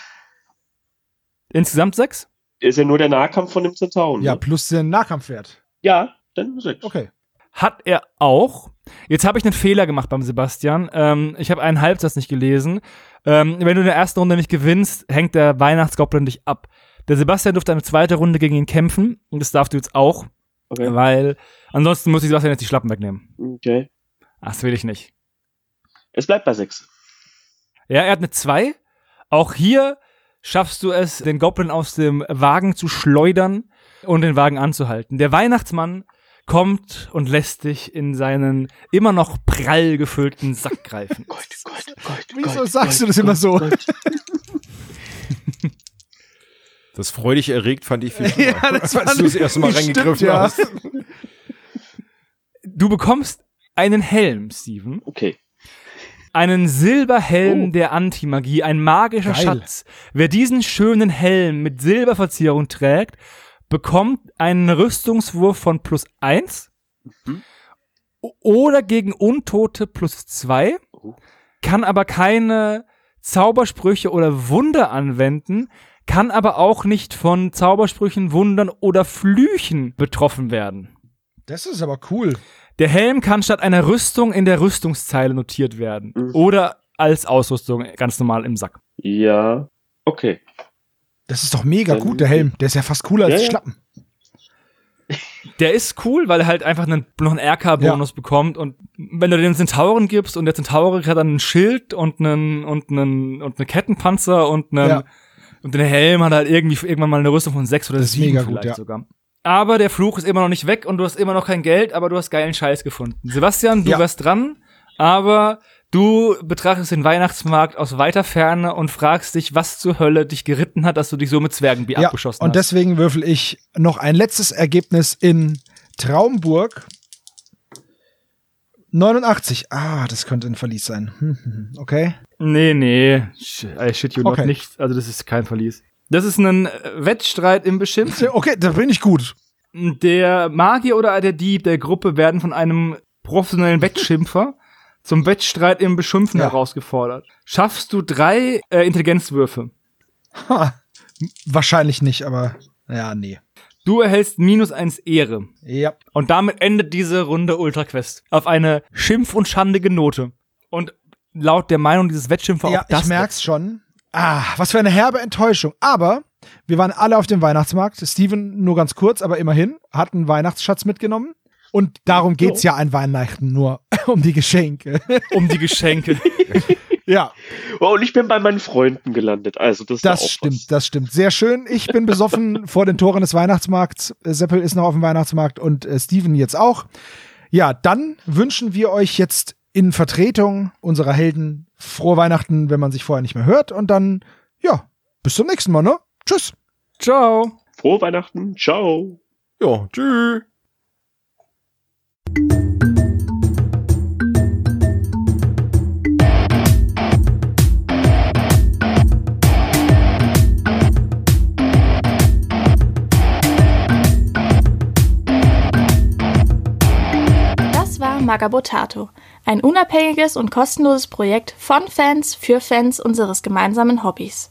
S3: Insgesamt sechs?
S4: Ist ja nur der Nahkampf von dem Centauren.
S1: Ja,
S4: ne?
S1: plus den Nahkampfwert.
S4: ja dann
S3: *laughs*
S4: sechs.
S1: Okay.
S3: Hat er auch. Jetzt habe ich einen Fehler gemacht beim Sebastian. Ähm, ich habe einen Halbsatz nicht gelesen. Ähm, wenn du in der ersten Runde nicht gewinnst, hängt der Weihnachtsgoblin dich ab. Der Sebastian durfte eine zweite Runde gegen ihn kämpfen. Und das darfst du jetzt auch,
S4: Okay.
S3: weil ansonsten muss ich Sebastian jetzt die Schlappen wegnehmen.
S4: okay.
S3: Ach, das will ich nicht.
S4: Es bleibt bei sechs.
S3: Ja, er hat eine 2. Auch hier schaffst du es, den Goblin aus dem Wagen zu schleudern und den Wagen anzuhalten. Der Weihnachtsmann kommt und lässt dich in seinen immer noch prall gefüllten Sack greifen.
S4: Gott, Gott, Gott.
S1: Wieso sagst du das immer so?
S2: Das freudig erregt
S1: *laughs*
S2: fand ich viel schlimmer,
S1: Ja, das
S2: als
S1: fand
S2: du das
S1: ich-
S2: erste Mal
S1: stimmt,
S2: reingegriffen
S1: ja.
S2: hast.
S3: Du bekommst einen Helm, Steven.
S4: Okay.
S3: Einen Silberhelm
S4: Oh.
S3: der Antimagie, ein magischer
S1: Geil.
S3: Schatz. Wer diesen schönen Helm mit Silberverzierung trägt, bekommt einen Rüstungswurf von plus 1
S4: Mhm.
S3: oder gegen Untote plus 2,
S4: Oh.
S3: kann aber keine Zaubersprüche oder Wunder anwenden, kann aber auch nicht von Zaubersprüchen, Wundern oder Flüchen betroffen werden.
S1: Das ist aber cool.
S3: Der Helm kann statt einer Rüstung in der Rüstungszeile notiert werden.
S4: Mhm.
S3: Oder als Ausrüstung ganz normal im Sack.
S4: Ja. Okay.
S1: Das ist doch mega
S4: Dann-
S1: gut, der Helm. Der ist ja fast cooler
S4: Ja,
S1: als
S4: ja.
S1: Schlappen.
S3: Der ist cool, weil er halt einfach einen, noch einen RK-Bonus bekommt. Und wenn du den Zentauren gibst und der Zentaure hat dann ein Schild und einen, und einen, und einen Kettenpanzer und einen,
S1: Ja.
S3: und den Helm hat halt irgendwie irgendwann mal eine Rüstung von sechs oder
S1: Das ist
S3: sieben
S1: mega gut,
S3: vielleicht
S1: ja.
S3: sogar. Aber der Fluch ist immer noch nicht weg und du hast immer noch kein Geld, aber du hast geilen Scheiß gefunden. Sebastian, du
S1: Ja.
S3: wärst dran, aber du betrachtest den Weihnachtsmarkt aus weiter Ferne und fragst dich, was zur Hölle dich geritten hat, dass du dich so mit Zwergenbier
S1: Ja,
S3: abgeschossen
S1: und
S3: hast.
S1: deswegen würfel ich noch ein letztes Ergebnis in Traumburg. 89. Ah, das könnte ein Verlies sein. Hm, hm, hm. Okay.
S3: Nee, nee. Sh- I shit you
S1: Okay.
S3: not nicht. Also das ist kein Verlies. Das ist ein äh, Wettstreit im Beschimpfen.
S1: Okay, da bin ich gut.
S3: Der Magier oder der Dieb der Gruppe werden von einem professionellen Wettschimpfer zum Wettstreit im Beschimpfen
S1: Ja.
S3: herausgefordert. Schaffst du drei äh, Intelligenzwürfe.
S1: Ha. Wahrscheinlich nicht, aber ja, nee.
S3: Du erhältst minus eins Ehre.
S1: Ja.
S3: Und damit endet diese Runde Ultra Quest. Auf eine schimpf- und schandige Note. Und laut der Meinung dieses Wettschimpfer
S1: ja
S3: auch das
S1: ich merk's schon. Ah, was für eine herbe Enttäuschung. Aber wir waren alle auf dem Weihnachtsmarkt. Steven nur ganz kurz, aber immerhin hat einen Weihnachtsschatz mitgenommen. Und *laughs*
S3: *laughs*
S1: darum geht's ja an Weihnachten nur um die Geschenke. *laughs*
S3: um die Geschenke.
S1: Ja,
S4: Oh, und ich bin bei meinen Freunden gelandet. Also das, ist ja
S1: das
S4: auch
S1: stimmt, das stimmt. Sehr schön. Ich bin besoffen vor den Toren des Weihnachtsmarkts. Äh, Seppel ist noch auf dem Weihnachtsmarkt und äh, Steven jetzt auch. Ja, dann wünschen wir euch jetzt in Vertretung unserer Helden frohe Weihnachten, wenn man sich vorher nicht mehr hört. Und dann, ja, bis zum nächsten Mal, ne? Tschüss.
S3: Ciao.
S4: Was. Frohe Weihnachten. Ciao.
S2: Ja, tschüss.
S5: Das war Magabotato, ein unabhängiges und kostenloses Projekt von Fans für Fans unseres gemeinsamen Hobbys.